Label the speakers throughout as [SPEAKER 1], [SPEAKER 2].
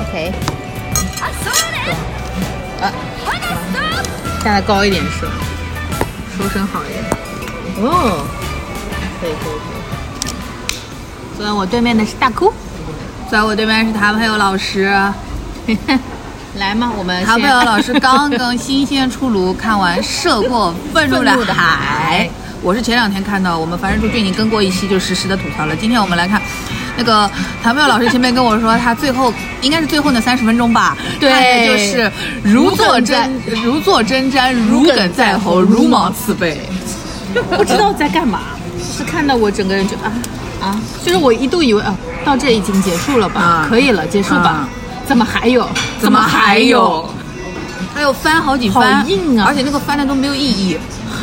[SPEAKER 1] OK，
[SPEAKER 2] 啊，下来高一点收，收声好一点。
[SPEAKER 1] 哦，可以可以可
[SPEAKER 2] 坐在我对面的是大哭，坐在我对面是谭佩友老师。
[SPEAKER 1] 以，来嘛，我们
[SPEAKER 2] 谭
[SPEAKER 1] 先
[SPEAKER 2] 佩友老师刚 刚新鲜出炉，看完《涉过愤怒的
[SPEAKER 1] 愤怒 的
[SPEAKER 2] 海
[SPEAKER 1] 海》，
[SPEAKER 2] 我是前两天看到，我们凡人出去已经跟过一期，就实时的吐槽了。今天我们来看。那个谭佩友老师前面跟我说，他最后应该是最后那三十分钟吧，
[SPEAKER 1] 对
[SPEAKER 2] 看的就是如坐针如坐针毡，如鲠在喉，如芒刺背。
[SPEAKER 1] 不知道在干嘛，就是看到我整个人就啊啊，就是我一度以为啊，到这已经结束了吧，
[SPEAKER 2] 啊
[SPEAKER 1] 可以了，结束吧，
[SPEAKER 2] 啊
[SPEAKER 1] 怎么还有？
[SPEAKER 2] 怎么还有？？还有翻好几翻，
[SPEAKER 1] 好硬啊
[SPEAKER 2] 而且那个翻的都没有意义。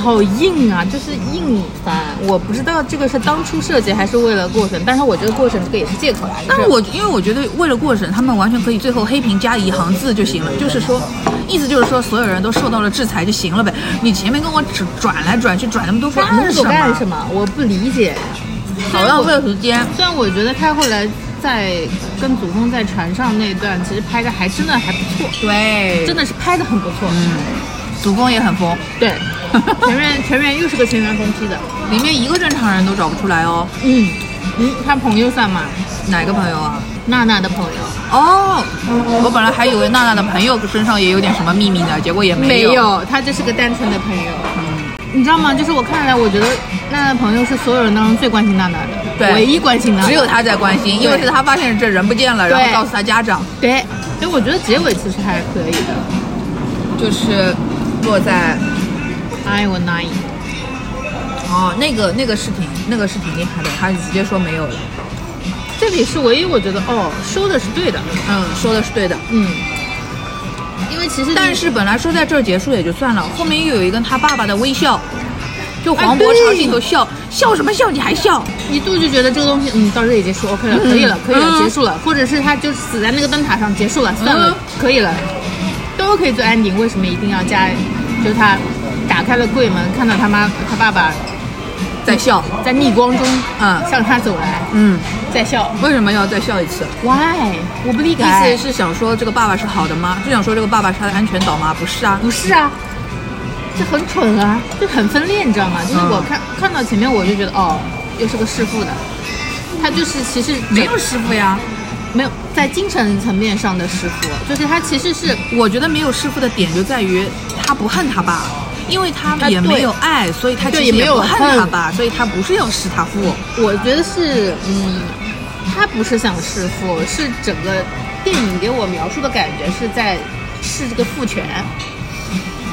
[SPEAKER 1] 好硬啊，就是硬翻。我不知道这个是当初设计还是为了过程，但是我觉得过程这个也是借口来
[SPEAKER 2] 但
[SPEAKER 1] 是
[SPEAKER 2] 是我因为我觉得为了过审，他们完全可以最后黑屏加一行字就行了，就是说，意思就是说所有人都受到了制裁就行了呗。你前面跟我转转来转去转那么多
[SPEAKER 1] 他
[SPEAKER 2] 那
[SPEAKER 1] 那
[SPEAKER 2] 是什
[SPEAKER 1] 手干
[SPEAKER 2] 么？
[SPEAKER 1] 什么？我不理解。
[SPEAKER 2] 好浪费时间。
[SPEAKER 1] 虽然我觉得他后来在跟祖峰在船上那段，其实拍的还真的还不错，
[SPEAKER 2] 对
[SPEAKER 1] 真
[SPEAKER 2] 真的
[SPEAKER 1] 的是拍的很不错。嗯，
[SPEAKER 2] 祖峰也很疯，
[SPEAKER 1] 对，全员全员又是个全员分批的。
[SPEAKER 2] 里面一个正常人都找不出来哦。
[SPEAKER 1] 嗯嗯，他朋友算吗？
[SPEAKER 2] 哪个朋友啊？
[SPEAKER 1] 娜娜的朋友
[SPEAKER 2] 哦，我本来还以为娜娜的朋友身上也有点什么秘密呢，结果也没有。嗯
[SPEAKER 1] 有，他就是个单纯的朋友。你知道吗？就是我看来，我觉得娜娜的朋友是所有人当中最关心娜娜的，
[SPEAKER 2] 对
[SPEAKER 1] 唯一关心娜娜，
[SPEAKER 2] 只有他在关心，因为
[SPEAKER 1] 对
[SPEAKER 2] 是他发现这人不见了，然后
[SPEAKER 1] 对
[SPEAKER 2] 告诉他家长，
[SPEAKER 1] 对，所以我觉得结尾其实还可以的。
[SPEAKER 2] 就是落在
[SPEAKER 1] 哎，我哪一？
[SPEAKER 2] 哦，那个那个是挺那个是挺厉害的，他直接说没有了。
[SPEAKER 1] 这里是唯一我觉得哦，收的是对的。
[SPEAKER 2] 嗯，说的是对的。
[SPEAKER 1] 嗯，因为其实
[SPEAKER 2] 但是本来说在这儿结束也就算了，后面又有一个他爸爸的微笑，就黄
[SPEAKER 1] 哎
[SPEAKER 2] 渤
[SPEAKER 1] 对
[SPEAKER 2] 朝镜头笑，笑什么笑？你还笑？
[SPEAKER 1] 一度就觉得这个东西，嗯，到这里结束，OK 了，
[SPEAKER 2] 嗯
[SPEAKER 1] 可以了，可以了，
[SPEAKER 2] 嗯
[SPEAKER 1] 结束了，或者是他就死在那个灯塔上，结束了，算了，
[SPEAKER 2] 嗯
[SPEAKER 1] 可以了，都可以做安定，为什么一定要加？就是他打开了柜门，看到他妈他爸爸
[SPEAKER 2] 在笑。
[SPEAKER 1] 在逆光中
[SPEAKER 2] 嗯
[SPEAKER 1] 向他走来，
[SPEAKER 2] 嗯，
[SPEAKER 1] 在笑
[SPEAKER 2] 为什么要再笑一次？
[SPEAKER 1] ，Why？我不理解，
[SPEAKER 2] 意思是想说这个爸爸是好的吗？就想说这个爸爸是他的安全岛吗？不是啊。
[SPEAKER 1] 不是啊，这很蠢啊，就很分裂，你知道吗？就是
[SPEAKER 2] 嗯
[SPEAKER 1] 我看、看到前面我就觉得哦，又是个弑父的，他就是其实
[SPEAKER 2] 没有师傅呀，
[SPEAKER 1] 没有在精神层面上的弑父，就是他其实是。
[SPEAKER 2] 我觉得没有师傅的点就在于他不恨他爸，因为他
[SPEAKER 1] 啊
[SPEAKER 2] 也
[SPEAKER 1] 对
[SPEAKER 2] 没有爱，所以他
[SPEAKER 1] 对
[SPEAKER 2] 其实
[SPEAKER 1] 也没有
[SPEAKER 2] 不恨他
[SPEAKER 1] 恨
[SPEAKER 2] 爸，所以他不是要弑他父。
[SPEAKER 1] 我觉得是，嗯，他不是想弑父，是整个电影给我描述的感觉是在弑这个父权，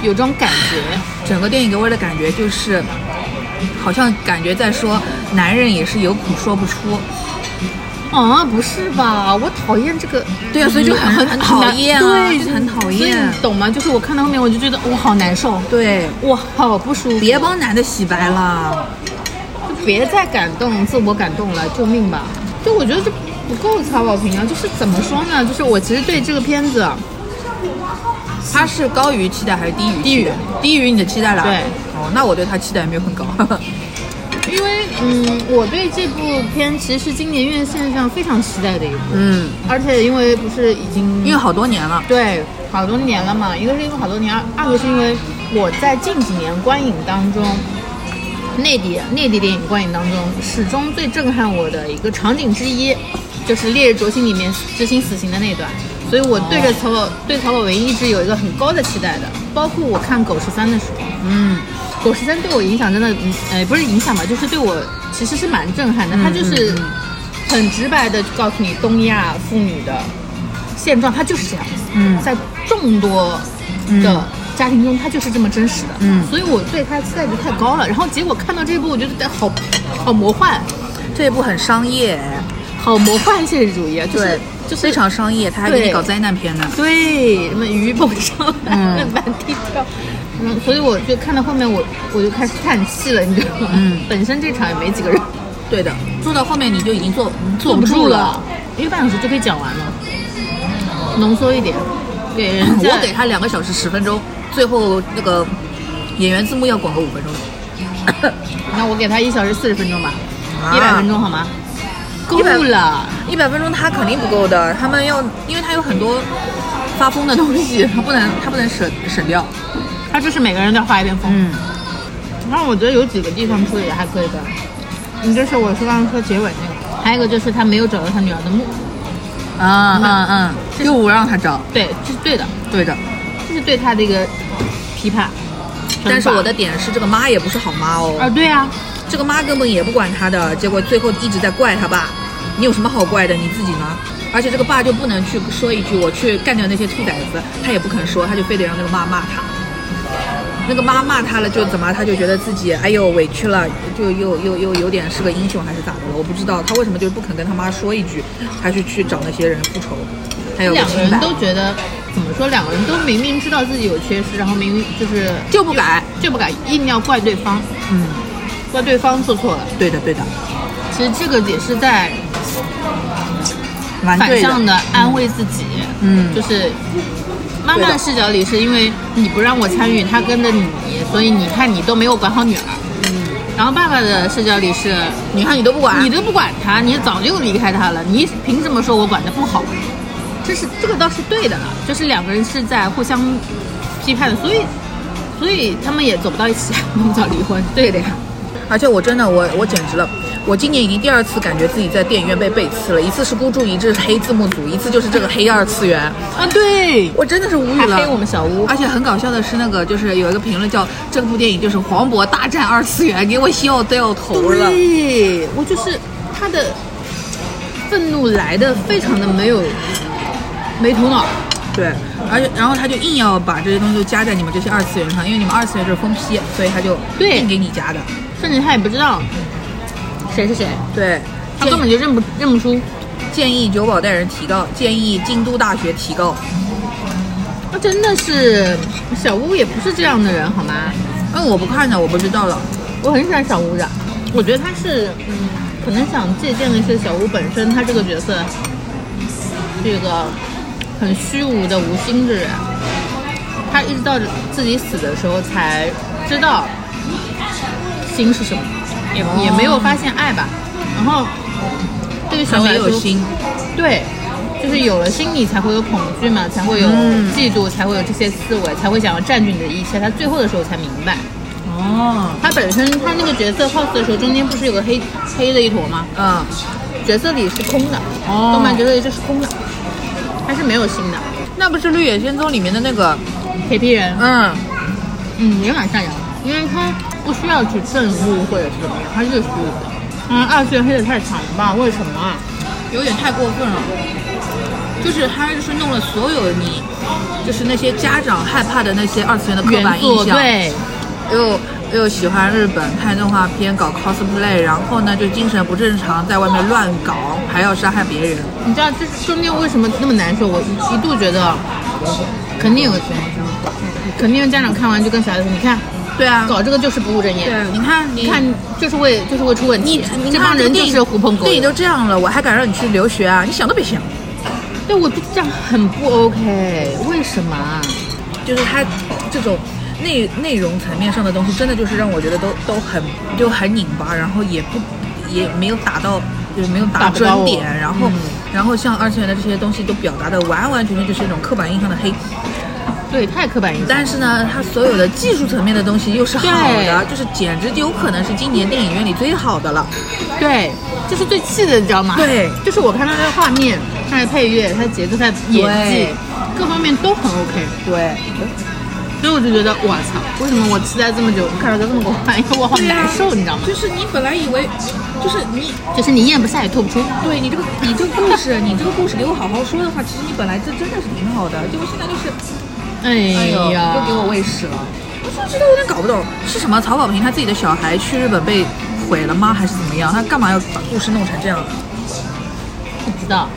[SPEAKER 1] 有这种感觉。
[SPEAKER 2] 整个电影给我的感觉就是，好像感觉在说男人也是有苦说不出。
[SPEAKER 1] 啊，不是吧？我讨厌这个，
[SPEAKER 2] 对啊所以就很
[SPEAKER 1] 嗯
[SPEAKER 2] 很讨厌啊
[SPEAKER 1] 对，
[SPEAKER 2] 就很讨厌
[SPEAKER 1] 所以你懂吗？就是我看到后面，我就觉得我好难受，
[SPEAKER 2] 对，
[SPEAKER 1] 我好不舒服。
[SPEAKER 2] 别帮男的洗白了。
[SPEAKER 1] 就别再感动自我感动了，救命吧！就我觉得这不够曹保平啊，就是怎么说呢？就是我其实对这个片子，
[SPEAKER 2] 他是高于期待还是低于？低于，低于你的期待了。
[SPEAKER 1] 对，
[SPEAKER 2] 哦，那我对他期待也没有很高。
[SPEAKER 1] 因为嗯，我对这部片其实是今年院线上非常期待的一部，
[SPEAKER 2] 嗯，
[SPEAKER 1] 而且因为不是已经
[SPEAKER 2] 因为好多年了。
[SPEAKER 1] 对好多年了嘛，一个是因为好多年，二二个是因为我在近几年观影当中。内地内地电影观影当中，始终最震撼我的一个场景之一，就是《烈日灼心》里面执行死刑的那段，所以我对着曹保对曹保文一直有一个很高的期待的，包括我看《狗十三》的时候，
[SPEAKER 2] 嗯，
[SPEAKER 1] 狗十三对我影响真的，嗯呃，不是影响吧，就是对我其实是蛮震撼的。他就是很直白的告诉你东亚妇女的现状，它就是这样子。
[SPEAKER 2] 嗯
[SPEAKER 1] 在众多的家庭中，它就是这么真实的。
[SPEAKER 2] 嗯
[SPEAKER 1] 所以我对它期待值太高了。然后结果看到这一部，我觉得哎好好魔幻，
[SPEAKER 2] 这一部很商业，
[SPEAKER 1] 好魔幻现实主义啊，就是就是
[SPEAKER 2] 非常商业，他还给你
[SPEAKER 1] 对
[SPEAKER 2] 搞灾难片呢。
[SPEAKER 1] 对，什么鱼蹦上来，
[SPEAKER 2] 嗯
[SPEAKER 1] 满地跳。嗯，所以我就看到后面我我就开始叹气了，你知道吗？
[SPEAKER 2] 嗯，
[SPEAKER 1] 本身这场也没几个人，
[SPEAKER 2] 对的，坐到后面你就已经坐
[SPEAKER 1] 坐
[SPEAKER 2] 不住
[SPEAKER 1] 了。，一个半小时就可以讲完了，浓缩一点，嗯给人家
[SPEAKER 2] 我给他两个小时十分钟，最后那个演员字幕要广个五分钟。
[SPEAKER 1] 那我给他一小时四十分钟吧，
[SPEAKER 2] 啊
[SPEAKER 1] 一百分钟好吗？够了，
[SPEAKER 2] 一百分钟它肯定不够的，他们要，因为它有很多发疯的东西，它不能它不能省省掉。
[SPEAKER 1] 他就是每个人都要画一遍风。
[SPEAKER 2] 嗯，
[SPEAKER 1] 然后我觉得有几个地方处理的还可以的，你就是我说刚刚说结尾那个，还有一个就是他没有找到他女儿的墓，
[SPEAKER 2] 啊
[SPEAKER 1] 嗯
[SPEAKER 2] 嗯嗯，又不让他找，
[SPEAKER 1] 对，这是对的，
[SPEAKER 2] 对的。
[SPEAKER 1] 这是对他的一个批判。
[SPEAKER 2] 但是
[SPEAKER 1] 惩罚
[SPEAKER 2] 我的点是，这个妈也不是好妈哦，
[SPEAKER 1] 啊，对啊，
[SPEAKER 2] 这个妈根本也不管他的，结果最后一直在怪他爸。你有什么好怪的？你自己呢？而且这个爸就不能去说一句我去干掉那些兔崽子，他也不肯说，他就非得让那个妈骂他。那个妈骂他了，就怎么他就觉得自己哎呦委屈了，就又又又有点是个英雄还是咋的了？我不知道他为什么就不肯跟他妈说一句，还是去找那些人复仇，还有
[SPEAKER 1] 两个
[SPEAKER 2] 清白
[SPEAKER 1] 人都觉得怎么说，两个人都明明知道自己有缺失，然后明明就是
[SPEAKER 2] 就不改。
[SPEAKER 1] 就不敢硬要怪对方，
[SPEAKER 2] 嗯，
[SPEAKER 1] 怪对方做错了。
[SPEAKER 2] 对的对的，
[SPEAKER 1] 其实这个也是在
[SPEAKER 2] 蛮
[SPEAKER 1] 反
[SPEAKER 2] 对
[SPEAKER 1] 向
[SPEAKER 2] 的。
[SPEAKER 1] 的安慰自己，
[SPEAKER 2] 嗯
[SPEAKER 1] 就是妈妈的视角里是因为你不让我参与，她跟着你，所以你看你都没有管好女儿。嗯，然后爸爸的视角里是
[SPEAKER 2] 你看你都不管，
[SPEAKER 1] 你都不管她，你早就离开她了，你凭什么说我管的不好？这是这个倒是对的了，就是两个人是在互相批判的，所以所以他们也走不到一起， 那么早离婚，对的呀。
[SPEAKER 2] 而且我真的，我我简直了！我今年已经第二次感觉自己在电影院被背刺了，一次是孤注一掷黑字幕组，一次就是这个黑二次元，
[SPEAKER 1] 啊，对，
[SPEAKER 2] 我真的是无语
[SPEAKER 1] 还
[SPEAKER 2] 了。
[SPEAKER 1] 黑我们小屋
[SPEAKER 2] 而且很搞笑的是，那个就是有一个评论叫“这部电影就是黄渤大战二次元”，给我笑掉头了。
[SPEAKER 1] 对，我就是他的愤怒来的非常的没有没头脑，
[SPEAKER 2] 对，而且然后他就硬要把这些东西都加在你们这些二次元上，因为你们二次元就是疯批，所以他就
[SPEAKER 1] 对
[SPEAKER 2] 硬给你加的。
[SPEAKER 1] 甚至他也不知道谁是谁，
[SPEAKER 2] 对，
[SPEAKER 1] 他根本就认不认不出。
[SPEAKER 2] 建议九保带人提高，建议京都大学提高。
[SPEAKER 1] 他真的是小屋也不是这样的人，好吗？
[SPEAKER 2] 嗯，我不看的，我不知道了。
[SPEAKER 1] 我很喜欢小屋的，我觉得他是嗯，可能想借鉴的是小屋本身，他这个角色是一个很虚无的无心之人，他一直到自己死的时候才知道心是什么，也、也没有发现爱吧。然后对于小
[SPEAKER 2] 他
[SPEAKER 1] 屋来
[SPEAKER 2] 没有
[SPEAKER 1] 说，
[SPEAKER 2] 心。
[SPEAKER 1] 对，就是有了心理才会有恐惧嘛，才会有
[SPEAKER 2] 嗯
[SPEAKER 1] 嫉妒，才会有这些思维，才会想要占据你的一切。他最后的时候才明白。
[SPEAKER 2] 哦，
[SPEAKER 1] 他本身他那个角色 pose 的时候，中间不是有个黑黑的一坨吗？
[SPEAKER 2] 嗯，
[SPEAKER 1] 角色里是空的，
[SPEAKER 2] 哦
[SPEAKER 1] 动漫角色里这是空的，他是没有心的。
[SPEAKER 2] 那不是《绿野仙踪》里面的那个，
[SPEAKER 1] 铁皮人，
[SPEAKER 2] 嗯，
[SPEAKER 1] 嗯，也蛮善良的，因为他不需要去憎恶或者是怎么样，他就是虚无的。嗯，二次元黑的太长了吧？为什么啊？
[SPEAKER 2] 有点太过分了。就是他就是弄了所有你，就是那些家长害怕的那些二次元的刻
[SPEAKER 1] 原
[SPEAKER 2] 板
[SPEAKER 1] 作
[SPEAKER 2] 印象，，
[SPEAKER 1] 对，
[SPEAKER 2] 又又喜欢日本看动画片搞 cosplay，然后呢就精神不正常，在外面乱搞，还要伤害别人。
[SPEAKER 1] 你知道这中间为什么那么难受？我一一度觉得肯定有个原因，肯定家长看完就跟小孩子说：“你看，
[SPEAKER 2] 对啊，
[SPEAKER 1] 搞这个就是不务正业。”
[SPEAKER 2] 对，你看你
[SPEAKER 1] 看就是会就是会出问
[SPEAKER 2] 你
[SPEAKER 1] 题，
[SPEAKER 2] 你
[SPEAKER 1] 这帮
[SPEAKER 2] 看
[SPEAKER 1] 人就
[SPEAKER 2] 电影
[SPEAKER 1] 是狐朋狗
[SPEAKER 2] 电影
[SPEAKER 1] 友。
[SPEAKER 2] 都这样了，我还敢让你去留学啊？你想都别想。
[SPEAKER 1] 对，我觉得这样很不 OK，为什么啊？
[SPEAKER 2] 就是它这种内内容层面上的东西，真的就是让我觉得都都很就很拧巴，然后也不也没有打到，就是没有
[SPEAKER 1] 打
[SPEAKER 2] 打
[SPEAKER 1] 不到
[SPEAKER 2] 准
[SPEAKER 1] 我
[SPEAKER 2] 点，然后、
[SPEAKER 1] 嗯
[SPEAKER 2] 然后像二次元的这些东西都表达的完完全全就是一种刻板印象的黑，
[SPEAKER 1] 对，太刻板印象。
[SPEAKER 2] 但是呢，它所有的技术层面的东西又是好的，就是简直有可能是今年电影院里最好的了。
[SPEAKER 1] 对，这是最气的，你知道吗？
[SPEAKER 2] 对，
[SPEAKER 1] 就是我看到它的画面、它的配乐、它的节奏、它的演技
[SPEAKER 2] 对，
[SPEAKER 1] 各方面都很 OK，
[SPEAKER 2] 对，啊
[SPEAKER 1] 所以我就觉得，我操，为什么我期待这么久，看到它这么过分， 因为我好
[SPEAKER 2] 对
[SPEAKER 1] 难
[SPEAKER 2] 啊
[SPEAKER 1] 受，你知道吗？
[SPEAKER 2] 就是你本来以为，就是你
[SPEAKER 1] 就是你咽不下也吐不出。
[SPEAKER 2] 对你这个你这个故事，你这个故事给我好好说的话，其实你本来这真的是挺好的，结果现在就是。
[SPEAKER 1] 哎
[SPEAKER 2] 哎呦，
[SPEAKER 1] 呀，
[SPEAKER 2] 又给我喂食了。我说这都有点搞不懂，是什么曹保平他自己的小孩去日本被毁了吗？还是怎么样？他干嘛要把故事弄成这样？
[SPEAKER 1] 不知道，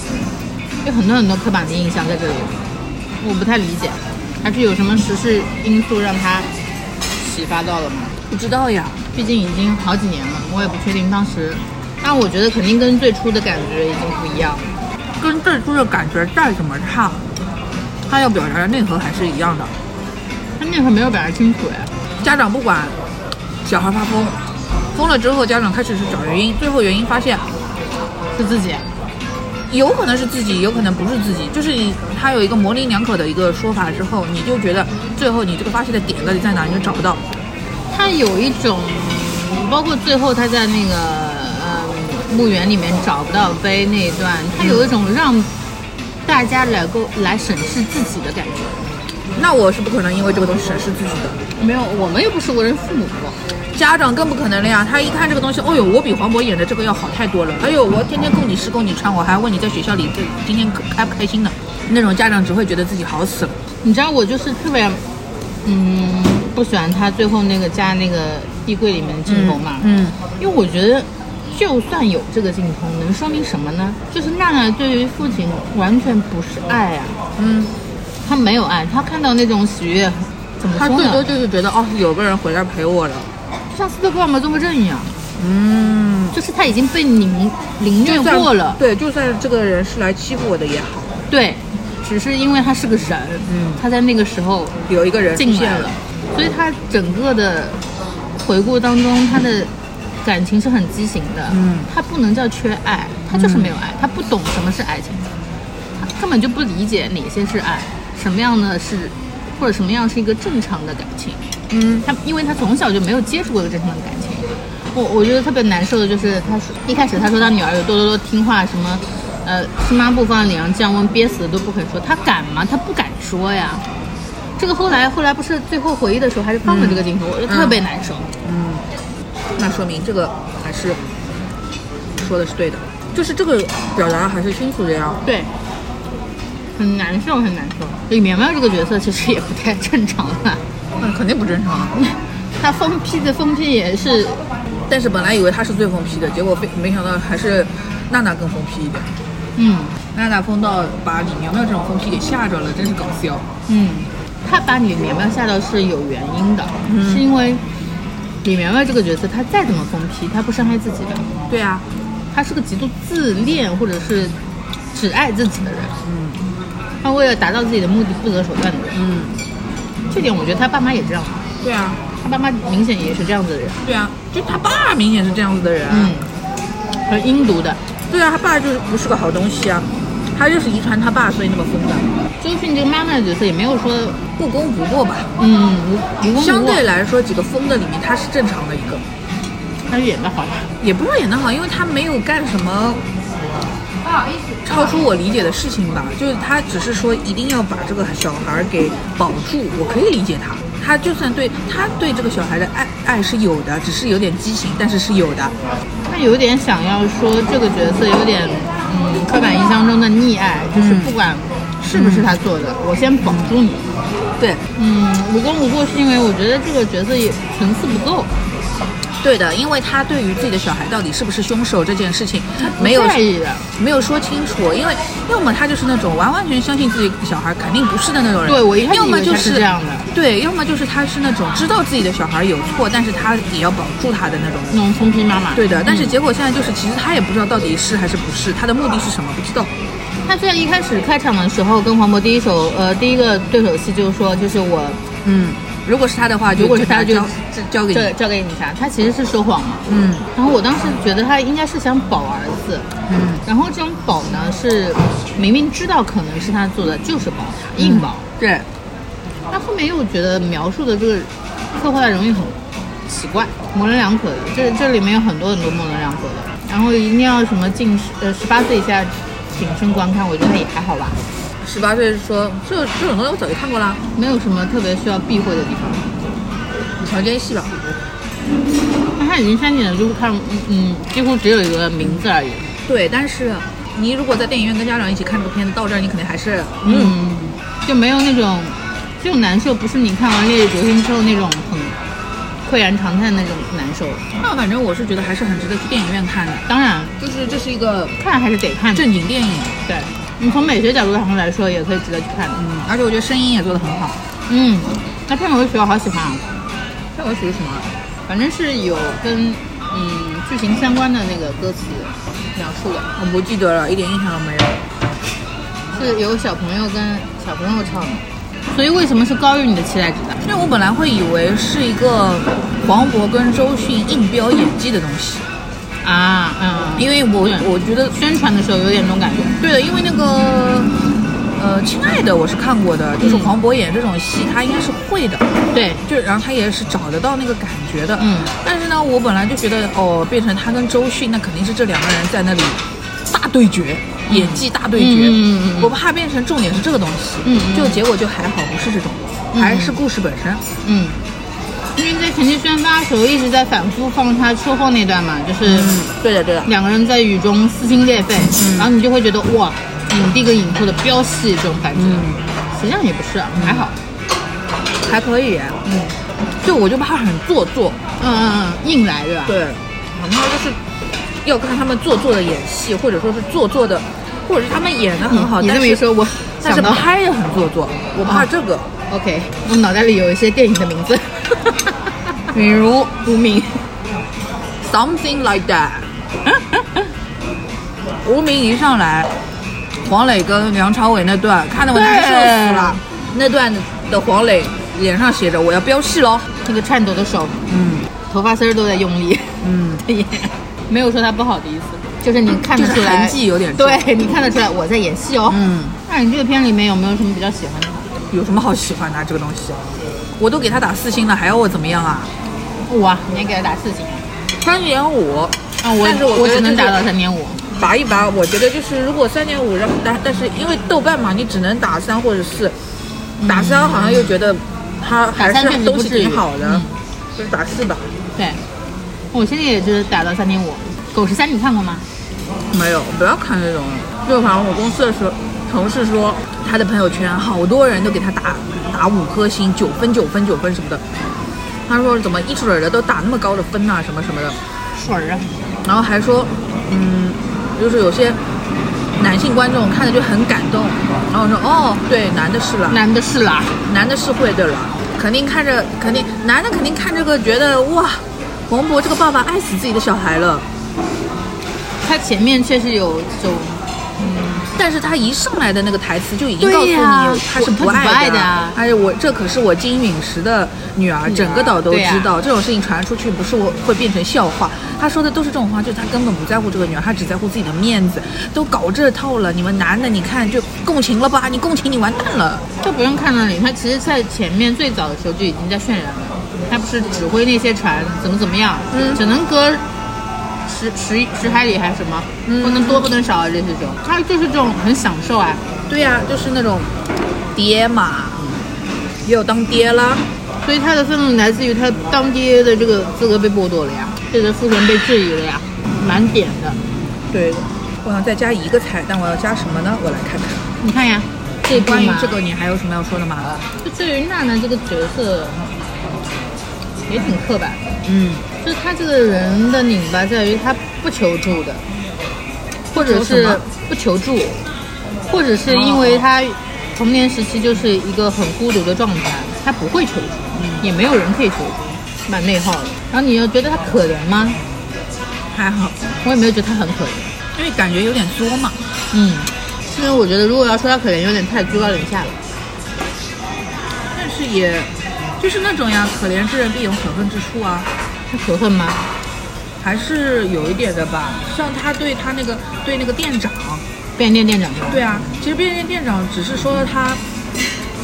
[SPEAKER 1] 有很多很多刻板的印象在这里，我不太理解，还是有什么时事因素让他启发到了吗？
[SPEAKER 2] 不知道呀。
[SPEAKER 1] 毕竟已经好几年了，我也不确定当时，但我觉得肯定跟最初的感觉已经不一样了。
[SPEAKER 2] 跟最初的感觉再怎么差，他要表达的内核还是一样的。
[SPEAKER 1] 他那会儿没有表达清楚哎，
[SPEAKER 2] 家长不管，小孩发疯，疯了之后家长开始去找原因，最后原因发现
[SPEAKER 1] 是自己。
[SPEAKER 2] 有可能是自己，有可能不是自己，就是他有一个模棱两可的一个说法之后，你就觉得最后你这个发泄的点到底在哪，你就找不到。
[SPEAKER 1] 他有一种，包括最后他在那个呃墓园里面找不到碑那一段，他有一种让大家来够来审视自己的感觉。
[SPEAKER 2] 那我是不可能因为这个东西审视自己的，
[SPEAKER 1] 没有，我们又不是为人父母。
[SPEAKER 2] 家长更不可能了呀。他一看这个东西，哦呦，我比黄渤演的这个要好太多了。哎呦，我天天供你吃供你穿，我还问你在学校里这今天开不开心呢？那种家长只会觉得自己好死了。
[SPEAKER 1] 你知道我就是特别，嗯，不喜欢他最后那个加那个衣柜里面的镜头嘛，
[SPEAKER 2] 嗯，
[SPEAKER 1] 因为我觉得，就算有这个镜头，能说明什么呢？就是娜娜对于父亲完全不是爱啊，
[SPEAKER 2] 嗯，
[SPEAKER 1] 她没有爱，她看到那种喜悦，怎么
[SPEAKER 2] 他
[SPEAKER 1] 说
[SPEAKER 2] 最多
[SPEAKER 1] 呢？
[SPEAKER 2] 就是觉得哦，有个人回来陪我了。
[SPEAKER 1] 就像斯德哥尔摩综合症一样，
[SPEAKER 2] 嗯，
[SPEAKER 1] 啊就是他已经被凌凌虐
[SPEAKER 2] 就算
[SPEAKER 1] 过了，
[SPEAKER 2] 对，就算这个人是来欺负我的也好，
[SPEAKER 1] 对，只是因为他是个神，
[SPEAKER 2] 嗯
[SPEAKER 1] 他在那个时候
[SPEAKER 2] 有一个人出
[SPEAKER 1] 进
[SPEAKER 2] 现
[SPEAKER 1] 来了，所以他整个的回顾当中，他的感情是很畸形的。
[SPEAKER 2] 嗯，
[SPEAKER 1] 他不能叫缺爱，他就是没有爱，他不懂什么是爱情，他根本就不理解哪些是爱，什么样的是，或者什么样是一个正常的感情。
[SPEAKER 2] 嗯，
[SPEAKER 1] 他因为他从小就没有接触过一个正常的感情。我我觉得特别难受的就是，他说一开始他说他女儿有多多多听话，什么，呃，吃抹布放在脸上降温，憋死了都不肯说，他敢吗？他不敢说呀。这个后来后来不是最后回忆的时候还是放了这个镜头，我就特别难受。
[SPEAKER 2] 那说明这个还是说的是对的，就是这个表达还是清楚的呀。
[SPEAKER 1] 对，很难受很难受。李苗苗这个角色其实也不太正常啊，
[SPEAKER 2] 那肯定不正常啊。
[SPEAKER 1] 她疯批的疯批也是
[SPEAKER 2] 但是本来以为他是最疯批的，结果非没想到还是娜娜更疯批一点。
[SPEAKER 1] 嗯。
[SPEAKER 2] 娜娜疯到把李苗苗这种疯批给吓着了，真是搞笑。
[SPEAKER 1] 嗯，他把李苗苗吓到是有原因的，
[SPEAKER 2] 嗯
[SPEAKER 1] 是因为李苗苗这个角色，她再怎么疯批，她不伤害自己的，
[SPEAKER 2] 对啊，
[SPEAKER 1] 她是个极度自恋或者是只爱自己的人。嗯，她为了达到自己的目的不择手段的人，
[SPEAKER 2] 嗯，
[SPEAKER 1] 这点我觉得她爸妈也这样，
[SPEAKER 2] 对啊，
[SPEAKER 1] 她爸妈明显也是这样子的人，
[SPEAKER 2] 对啊，就他爸明显是这样子的人。啊
[SPEAKER 1] 嗯，很阴毒的。
[SPEAKER 2] 对啊，他爸就是不是个好东西啊，他就是遗传他爸，所以那么疯的。
[SPEAKER 1] 周迅这个妈妈的角色也没有说，
[SPEAKER 2] 不功不过吧，
[SPEAKER 1] 嗯，无无功
[SPEAKER 2] 相
[SPEAKER 1] 无过
[SPEAKER 2] 对，来说几个疯的里面，他是正常的一个。
[SPEAKER 1] 她演的好呀。
[SPEAKER 2] 也不是说演得好，因为他没有干什么超出我理解的事情吧，就是他只是说一定要把这个小孩儿给保住，我可以理解他。他就算对他对这个小孩的爱爱是有的，只是有点畸形，但是是有的。
[SPEAKER 1] 他有点想要说这个角色有点，嗯，刻板印象中的溺爱，就是不管是不是他做的，我先保住你。
[SPEAKER 2] 对，
[SPEAKER 1] 嗯，无功无过是因为我觉得这个角色也层次不够，
[SPEAKER 2] 对的，因为他对于自己的小孩到底是不是凶手这件事情
[SPEAKER 1] 不
[SPEAKER 2] 没有
[SPEAKER 1] 在意的。
[SPEAKER 2] 没有说清楚，因为要么他就是那种完完全全相信自己小孩肯定不是的那种人，
[SPEAKER 1] 对我一开始
[SPEAKER 2] 要么就
[SPEAKER 1] 以为他是这样的，
[SPEAKER 2] 对，要么就是他是那种知道自己的小孩有错，但是他也要保住他的那种人。
[SPEAKER 1] 那种疯批妈妈。
[SPEAKER 2] 对的，但是
[SPEAKER 1] 嗯
[SPEAKER 2] 结果现在就是，其实他也不知道到底是还是不是，他的目的是什么不知道。
[SPEAKER 1] 他虽然一开始开场的时候跟黄渤第一首呃第一个对手戏就是说就是我
[SPEAKER 2] 嗯，如果是他的话，就
[SPEAKER 1] 如果是他
[SPEAKER 2] 就
[SPEAKER 1] 就
[SPEAKER 2] 交这交给
[SPEAKER 1] 这
[SPEAKER 2] 你。
[SPEAKER 1] 交给你啥，他其实是说谎嘛。
[SPEAKER 2] 嗯
[SPEAKER 1] 然后我当时觉得他应该是想保儿子，
[SPEAKER 2] 嗯，
[SPEAKER 1] 然后这种保呢是明明知道可能是他做的，就是保他硬保。
[SPEAKER 2] 对，
[SPEAKER 1] 那后面又觉得描述的这个刻画的容易很奇怪，模棱两可的。这这里面有很多很多模棱两可的，然后一定要什么近十呃十八岁以下谨慎观看，我觉得也还好吧，
[SPEAKER 2] 十八岁说这这种东西我早就看过啦，
[SPEAKER 1] 没有什么特别需要避讳的地方。
[SPEAKER 2] 强奸戏吧。
[SPEAKER 1] 那他已经删减了，就是看嗯嗯，几乎只有一个名字而已。
[SPEAKER 2] 对，但是你如果在电影院跟家长一起看这个片子，到这儿你肯定还是嗯
[SPEAKER 1] 嗯，就没有那种这种难受，不是你看完《烈日灼心》之后那种很喟然长叹的那种难受。
[SPEAKER 2] 那反正我是觉得还是很值得去电影院看的，
[SPEAKER 1] 当然，
[SPEAKER 2] 就是这是一个
[SPEAKER 1] 看还是得看的。
[SPEAKER 2] 正经电影，
[SPEAKER 1] 对，你从美学角度上来说，也可以值得去看的。
[SPEAKER 2] 嗯，而且我觉得声音也做得很好。
[SPEAKER 1] 嗯，那片尾曲我好喜欢啊，
[SPEAKER 2] 这我属于什么？
[SPEAKER 1] 反正是有跟嗯剧情相关的那个歌词描述的，
[SPEAKER 2] 我不记得了，一点印象都没有。
[SPEAKER 1] 是有小朋友跟小朋友唱的，所以为什么是高于你的期待值的？
[SPEAKER 2] 因为我本来会以为是一个黄渤跟周迅硬飙演技的东西，
[SPEAKER 1] 啊，嗯，
[SPEAKER 2] 因为我
[SPEAKER 1] 对
[SPEAKER 2] 我觉得
[SPEAKER 1] 宣传的时候有点这种感觉。
[SPEAKER 2] 对的，因为那个呃，亲爱的我是看过的，就是
[SPEAKER 1] 嗯
[SPEAKER 2] 黄渤演这种戏，他应该是会的，
[SPEAKER 1] 对，
[SPEAKER 2] 就然后他也是找得到那个感觉的。
[SPEAKER 1] 嗯，
[SPEAKER 2] 但是呢，我本来就觉得哦，变成他跟周迅，那肯定是这两个人在那里大对决。演技大对决，
[SPEAKER 1] 嗯嗯嗯嗯
[SPEAKER 2] 我怕变成重点是这个东西，
[SPEAKER 1] 嗯嗯
[SPEAKER 2] 就结果就还好，不是这种，
[SPEAKER 1] 嗯
[SPEAKER 2] 还是故事本身。
[SPEAKER 1] 嗯，因为在前期宣发的时候一直在反复放他车祸那段嘛，就是
[SPEAKER 2] 对的对的，
[SPEAKER 1] 两个人在雨中撕心裂肺，
[SPEAKER 2] 嗯
[SPEAKER 1] 然后你就会觉得哇，影帝跟影后的飙戏这种感觉。
[SPEAKER 2] 嗯
[SPEAKER 1] 实际上也不是，啊还好。
[SPEAKER 2] 还可以，嗯，就我就怕很做作，
[SPEAKER 1] 嗯嗯嗯，硬来对吧？
[SPEAKER 2] 对，然后就是要看他们做作的演戏，或者说是做作的，或者是他们演的很好，
[SPEAKER 1] 嗯你这
[SPEAKER 2] 但
[SPEAKER 1] 么一
[SPEAKER 2] 是
[SPEAKER 1] 说，我
[SPEAKER 2] 但
[SPEAKER 1] 想
[SPEAKER 2] 是
[SPEAKER 1] 到
[SPEAKER 2] 拍的很做作，我怕
[SPEAKER 1] 啊
[SPEAKER 2] 这个。
[SPEAKER 1] OK，我脑袋里有一些电影的名字，
[SPEAKER 2] 比如
[SPEAKER 1] 无名。
[SPEAKER 2] Something Like That，无名一上来，黄磊跟梁朝伟那段，看得我难受死了。那段的黄磊脸上写着我要飙戏喽，
[SPEAKER 1] 那个颤抖的手，
[SPEAKER 2] 嗯
[SPEAKER 1] 头发丝儿都在用力，
[SPEAKER 2] 嗯，
[SPEAKER 1] 没有说他不好的意思，就是你看得
[SPEAKER 2] 就是
[SPEAKER 1] 出来，
[SPEAKER 2] 痕迹有点重
[SPEAKER 1] 对你看得出来我在演戏哦。
[SPEAKER 2] 嗯，
[SPEAKER 1] 那你这个片里面有没有什么比较喜欢的？
[SPEAKER 2] 有什么好喜欢的啊、这个东西？我都给他打四星了，还要我怎么样啊？
[SPEAKER 1] 哇，你还给他打四星
[SPEAKER 2] 三点五
[SPEAKER 1] 啊！我
[SPEAKER 2] 但是
[SPEAKER 1] 我
[SPEAKER 2] 我觉
[SPEAKER 1] 只
[SPEAKER 2] 得
[SPEAKER 1] 能
[SPEAKER 2] 就是
[SPEAKER 1] 打到三点五。
[SPEAKER 2] 拔一拔，我觉得就是如果三点五，然后但但是因为豆瓣嘛，你只能打三或者四，打三好像又觉得它还
[SPEAKER 1] 打三确
[SPEAKER 2] 是
[SPEAKER 1] 实
[SPEAKER 2] 东
[SPEAKER 1] 不
[SPEAKER 2] 西
[SPEAKER 1] 至于
[SPEAKER 2] 挺好的
[SPEAKER 1] 嗯，
[SPEAKER 2] 就是打四吧。
[SPEAKER 1] 对，我现在也就是打到三点五。狗十三你看过吗？
[SPEAKER 2] 没有，不要看这种。就反正我公司的时候，同事说他的朋友圈好多人都给他打打五颗星、九分、九分、九分什么的。他说怎么一水儿的都打那么高的分呐、什么什么的。
[SPEAKER 1] 水儿啊，
[SPEAKER 2] 然后还说，嗯，就是有些男性观众看着就很感动。然后我说哦，对，男的是啦，
[SPEAKER 1] 男的是啦，
[SPEAKER 2] 男的是会的了，肯定看着肯定男的肯定看这个觉得哇，黄渤这个爸爸爱死自己的小孩了。
[SPEAKER 1] 他前面确实有这种
[SPEAKER 2] 但是他一上来的那个台词就已经
[SPEAKER 1] 对
[SPEAKER 2] 告诉你
[SPEAKER 1] 呀
[SPEAKER 2] 他是不
[SPEAKER 1] 我他不
[SPEAKER 2] 爱
[SPEAKER 1] 爱的啊
[SPEAKER 2] 而且我这可是我金陨石的女儿，
[SPEAKER 1] 女儿
[SPEAKER 2] 整个岛都
[SPEAKER 1] 对呀
[SPEAKER 2] 知道。这种事情传出去，不是我会变成笑话。他说的都是这种话，就是他根本不在乎这个女儿，他只在乎自己的面子。都搞这套了，你们男的你看就共情了吧？你共情你完蛋了。
[SPEAKER 1] 这不用看那里，他其实在前面最早的时候就已经在渲染了，他不是指挥那些船怎么怎么样，
[SPEAKER 2] 嗯
[SPEAKER 1] 只能隔十十十海里还是什么，
[SPEAKER 2] 嗯
[SPEAKER 1] 不能多不能少啊这些种，他就是这种很享受啊，
[SPEAKER 2] 对呀、就是那种爹嘛，也有当爹啦。
[SPEAKER 1] 所以他的愤怒来自于他当爹的这个资格被剥夺了呀，这个父权被质疑了呀，满点的，
[SPEAKER 2] 对的，我想再加一个菜，但我要加什么呢？我来看看。
[SPEAKER 1] 你看呀，这
[SPEAKER 2] 关于这
[SPEAKER 1] 个
[SPEAKER 2] 个，你还有什么要说的吗？
[SPEAKER 1] 就对于娜娜这个角色也挺刻板的。
[SPEAKER 2] 嗯。
[SPEAKER 1] 就是他这个人的拧巴在于他不求助的，或者
[SPEAKER 2] 求什
[SPEAKER 1] 是
[SPEAKER 2] 么哦
[SPEAKER 1] 不求助，或者是因为他童年时期就是一个很孤独的状态，他不会求
[SPEAKER 2] 嗯
[SPEAKER 1] 助，也没有人可以求助，蛮内耗的。然后你又觉得他可怜吗？
[SPEAKER 2] 还好，
[SPEAKER 1] 我也没有觉得他很可怜。
[SPEAKER 2] 因为感觉有点作嘛。
[SPEAKER 1] 嗯，因为我觉得如果要说他可怜，有点太居高临下了。
[SPEAKER 2] 但是也，就是那种呀，可怜之人必有可恨之处啊，
[SPEAKER 1] 他可恨吗？
[SPEAKER 2] 还是有一点的吧。像他对他那个对那个店长，
[SPEAKER 1] 便利店店长吗
[SPEAKER 2] 对啊，其实便利店店长只是说了他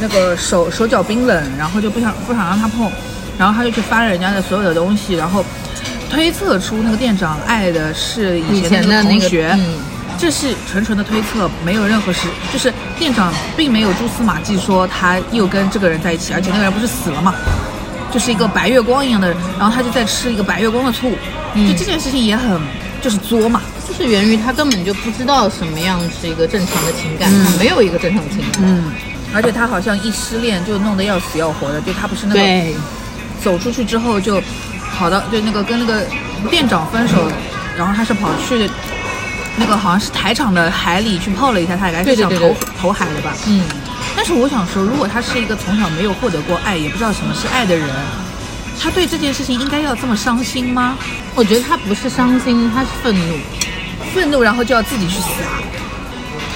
[SPEAKER 2] 那个手手脚冰冷，然后就不想不想让他碰，然后他就去翻人家的所有的东西，然后推测出那个店长爱的是
[SPEAKER 1] 以
[SPEAKER 2] 以
[SPEAKER 1] 前
[SPEAKER 2] 前的
[SPEAKER 1] 的
[SPEAKER 2] 那个
[SPEAKER 1] 那
[SPEAKER 2] 同
[SPEAKER 1] 个
[SPEAKER 2] 学。
[SPEAKER 1] 嗯，
[SPEAKER 2] 这是纯纯的推测，没有任何实，就是店长并没有蛛丝马迹说他又跟这个人在一起，而且那个人不是死了嘛，就是一个白月光一样的人，然后他就在吃一个白月光的醋，
[SPEAKER 1] 嗯
[SPEAKER 2] 就这件事情也很就是作嘛，
[SPEAKER 1] 就是源于他根本就不知道什么样是一个正常的情感，
[SPEAKER 2] 嗯
[SPEAKER 1] 他没有一个正常的情感。
[SPEAKER 2] 嗯，而且他好像一失恋就弄得要死要活的，就他不是那个
[SPEAKER 1] 对，
[SPEAKER 2] 走出去之后就跑到就那个跟那个店长分手，然后他是跑去。那个好像是台场的海里去泡了一下，他应该
[SPEAKER 1] 对
[SPEAKER 2] 是
[SPEAKER 1] 对
[SPEAKER 2] 想
[SPEAKER 1] 对
[SPEAKER 2] 投
[SPEAKER 1] 对
[SPEAKER 2] 投海的吧？
[SPEAKER 1] 嗯，
[SPEAKER 2] 但是我想说，如果他是一个从小没有获得过爱，也不知道什么是爱的人，他对这件事情应该要这么伤心吗？
[SPEAKER 1] 我觉得他不是伤心，他是愤怒。
[SPEAKER 2] 愤怒，然后就要自己去死啊？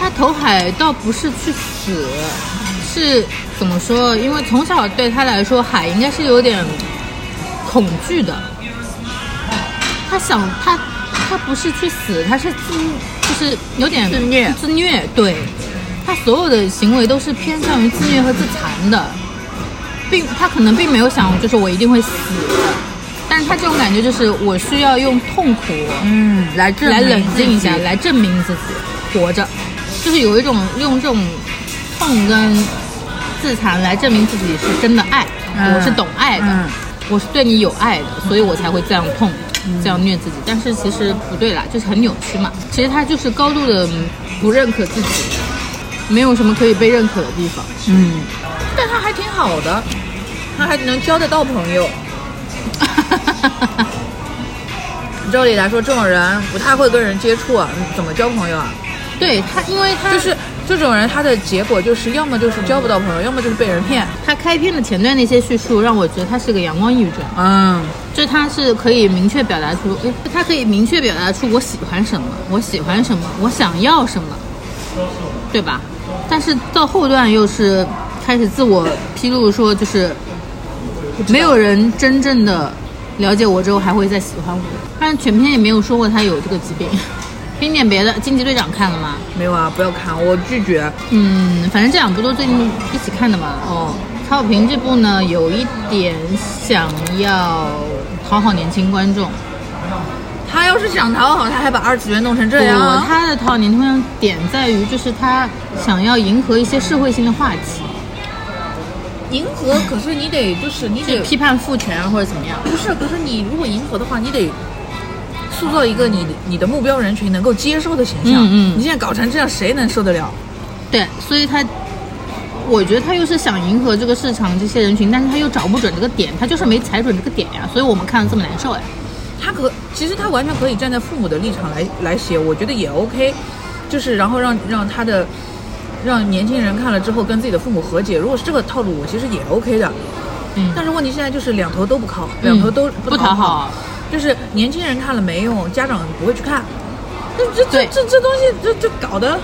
[SPEAKER 1] 他投海倒不是去死，是怎么说？因为从小对他来说，海应该是有点恐惧的。他想，他他不是去死，他是自，就是有点
[SPEAKER 2] 自虐
[SPEAKER 1] 自虐，对，他所有的行为都是偏向于自虐和自残的，并他可能并没有想就是我一定会死，但是他这种感觉就是我需要用痛苦
[SPEAKER 2] 嗯，来证
[SPEAKER 1] 来
[SPEAKER 2] 明
[SPEAKER 1] 冷静一
[SPEAKER 2] 自
[SPEAKER 1] 下，
[SPEAKER 2] 己
[SPEAKER 1] 来证明自己活着，就是有一种用这种痛跟自残来证明自己是真的爱，
[SPEAKER 2] 嗯
[SPEAKER 1] 我是懂爱的。
[SPEAKER 2] 嗯
[SPEAKER 1] 我是对你有爱的，所以我才会这样痛，
[SPEAKER 2] 嗯
[SPEAKER 1] 这样虐自己。但是其实不对啦，就是很扭曲嘛。其实他就是高度的不认可自己，没有什么可以被认可的地方。
[SPEAKER 2] 嗯，但他还挺好的，他还能交得到朋友。照理来说，这种人不太会跟人接触啊，怎么交朋友啊？
[SPEAKER 1] 对他，因为他
[SPEAKER 2] 就是这种人，他的结果就是要么就是交不到朋友，要么就是被人骗。
[SPEAKER 1] 他开篇的前段那些叙述，让我觉得他是个阳光抑郁症。
[SPEAKER 2] 嗯，
[SPEAKER 1] 就他是可以明确表达出，哎，他可以明确表达出我喜欢什么，我喜欢什么，我想要什么，对吧？但是到后段又是开始自我披露，说就是没有人真正的了解我之后还会再喜欢我。但是全篇也没有说过他有这个疾病。听点别的，《惊奇队长》看了吗？
[SPEAKER 2] 没有啊，不要看，我拒绝。
[SPEAKER 1] 嗯，反正这两部都最近一起看的嘛。哦，曹保平这部呢，有一点想要讨好年轻观众。
[SPEAKER 2] 他要是想讨好，他还把二次元弄成这样
[SPEAKER 1] 我
[SPEAKER 2] 啊。
[SPEAKER 1] 他的讨好年轻观众点在于，就是他想要迎合一些社会性的话题，
[SPEAKER 2] 迎合，可是你得就是你
[SPEAKER 1] 去
[SPEAKER 2] 得
[SPEAKER 1] 批判父权啊或者怎么样。
[SPEAKER 2] 不是，可是你如果迎合的话，你得塑造一个你你的目标人群能够接受的形象。
[SPEAKER 1] 嗯嗯
[SPEAKER 2] 你现在搞成这样，谁能受得了？
[SPEAKER 1] 对，所以他，我觉得他又是想迎合这个市场这些人群，但是他又找不准这个点，他就是没踩准这个点呀，所以我们看了这么难受呀。
[SPEAKER 2] 他可其实他完全可以站在父母的立场来来写，我觉得也 OK，就是然后让让他的让年轻人看了之后跟自己的父母和解，如果是这个套路，我其实也 OK 的。
[SPEAKER 1] 嗯，
[SPEAKER 2] 但是问题现在就是两头都不靠，两头都
[SPEAKER 1] 不讨
[SPEAKER 2] 讨
[SPEAKER 1] 好，
[SPEAKER 2] 就是年轻人看了没用，家长不会去看。这这这
[SPEAKER 1] 对
[SPEAKER 2] 这这东西，这这搞的。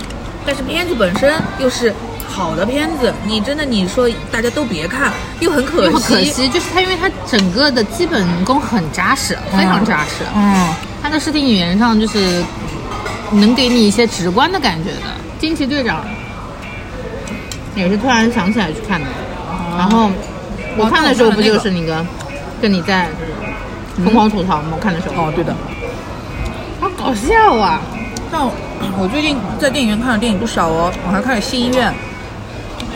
[SPEAKER 2] 但是片子本身又是好的片子，你真的你说大家都别看，又很可
[SPEAKER 1] 又
[SPEAKER 2] 惜，
[SPEAKER 1] 很可惜，就是他因为他整个的基本功很扎实，非常扎实。
[SPEAKER 2] 嗯，
[SPEAKER 1] 他的视听语言上就是能给你一些直观的感觉的。惊奇队长也是突然想起来去看的，然后我看的时候不就是那个跟你在疯狂吐槽吗？我看的时候，
[SPEAKER 2] 哦，对的。
[SPEAKER 1] 好搞笑啊！
[SPEAKER 2] 但我 我最近在电影院看的电影不少哦，我还看了《新医院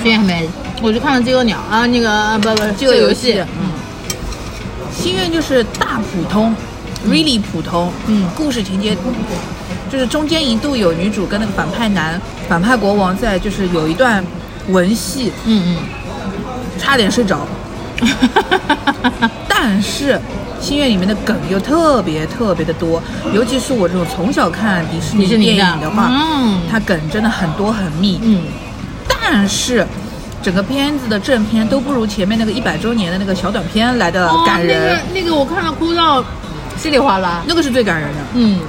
[SPEAKER 1] 这也没，我就看了《饥饿鸟》啊，那个啊不不，《
[SPEAKER 2] 这
[SPEAKER 1] 饥
[SPEAKER 2] 个
[SPEAKER 1] 饿
[SPEAKER 2] 游
[SPEAKER 1] 游戏》》。
[SPEAKER 2] 戏嗯，《新医院》就是大普通，really 普通。
[SPEAKER 1] 嗯
[SPEAKER 2] 故事情节就是中间一度有女主跟那个反派男、反派国王在就是有一段文戏，
[SPEAKER 1] 嗯
[SPEAKER 2] 差点睡着。
[SPEAKER 1] 嗯，
[SPEAKER 2] 但是《心愿》里面的梗又特别特别的多，尤其是我这种从小看迪士尼
[SPEAKER 1] 迪士尼
[SPEAKER 2] 电
[SPEAKER 1] 的
[SPEAKER 2] 影的话，
[SPEAKER 1] 嗯
[SPEAKER 2] 它梗真的很多很密。
[SPEAKER 1] 嗯，
[SPEAKER 2] 但是整个片子的正片都不如前面那个一百周年的那个小短片来的
[SPEAKER 1] 哦，
[SPEAKER 2] 感
[SPEAKER 1] 那
[SPEAKER 2] 人，
[SPEAKER 1] 个那个我看了哭到稀里哗啦。
[SPEAKER 2] 那个是最感人的。
[SPEAKER 1] 嗯，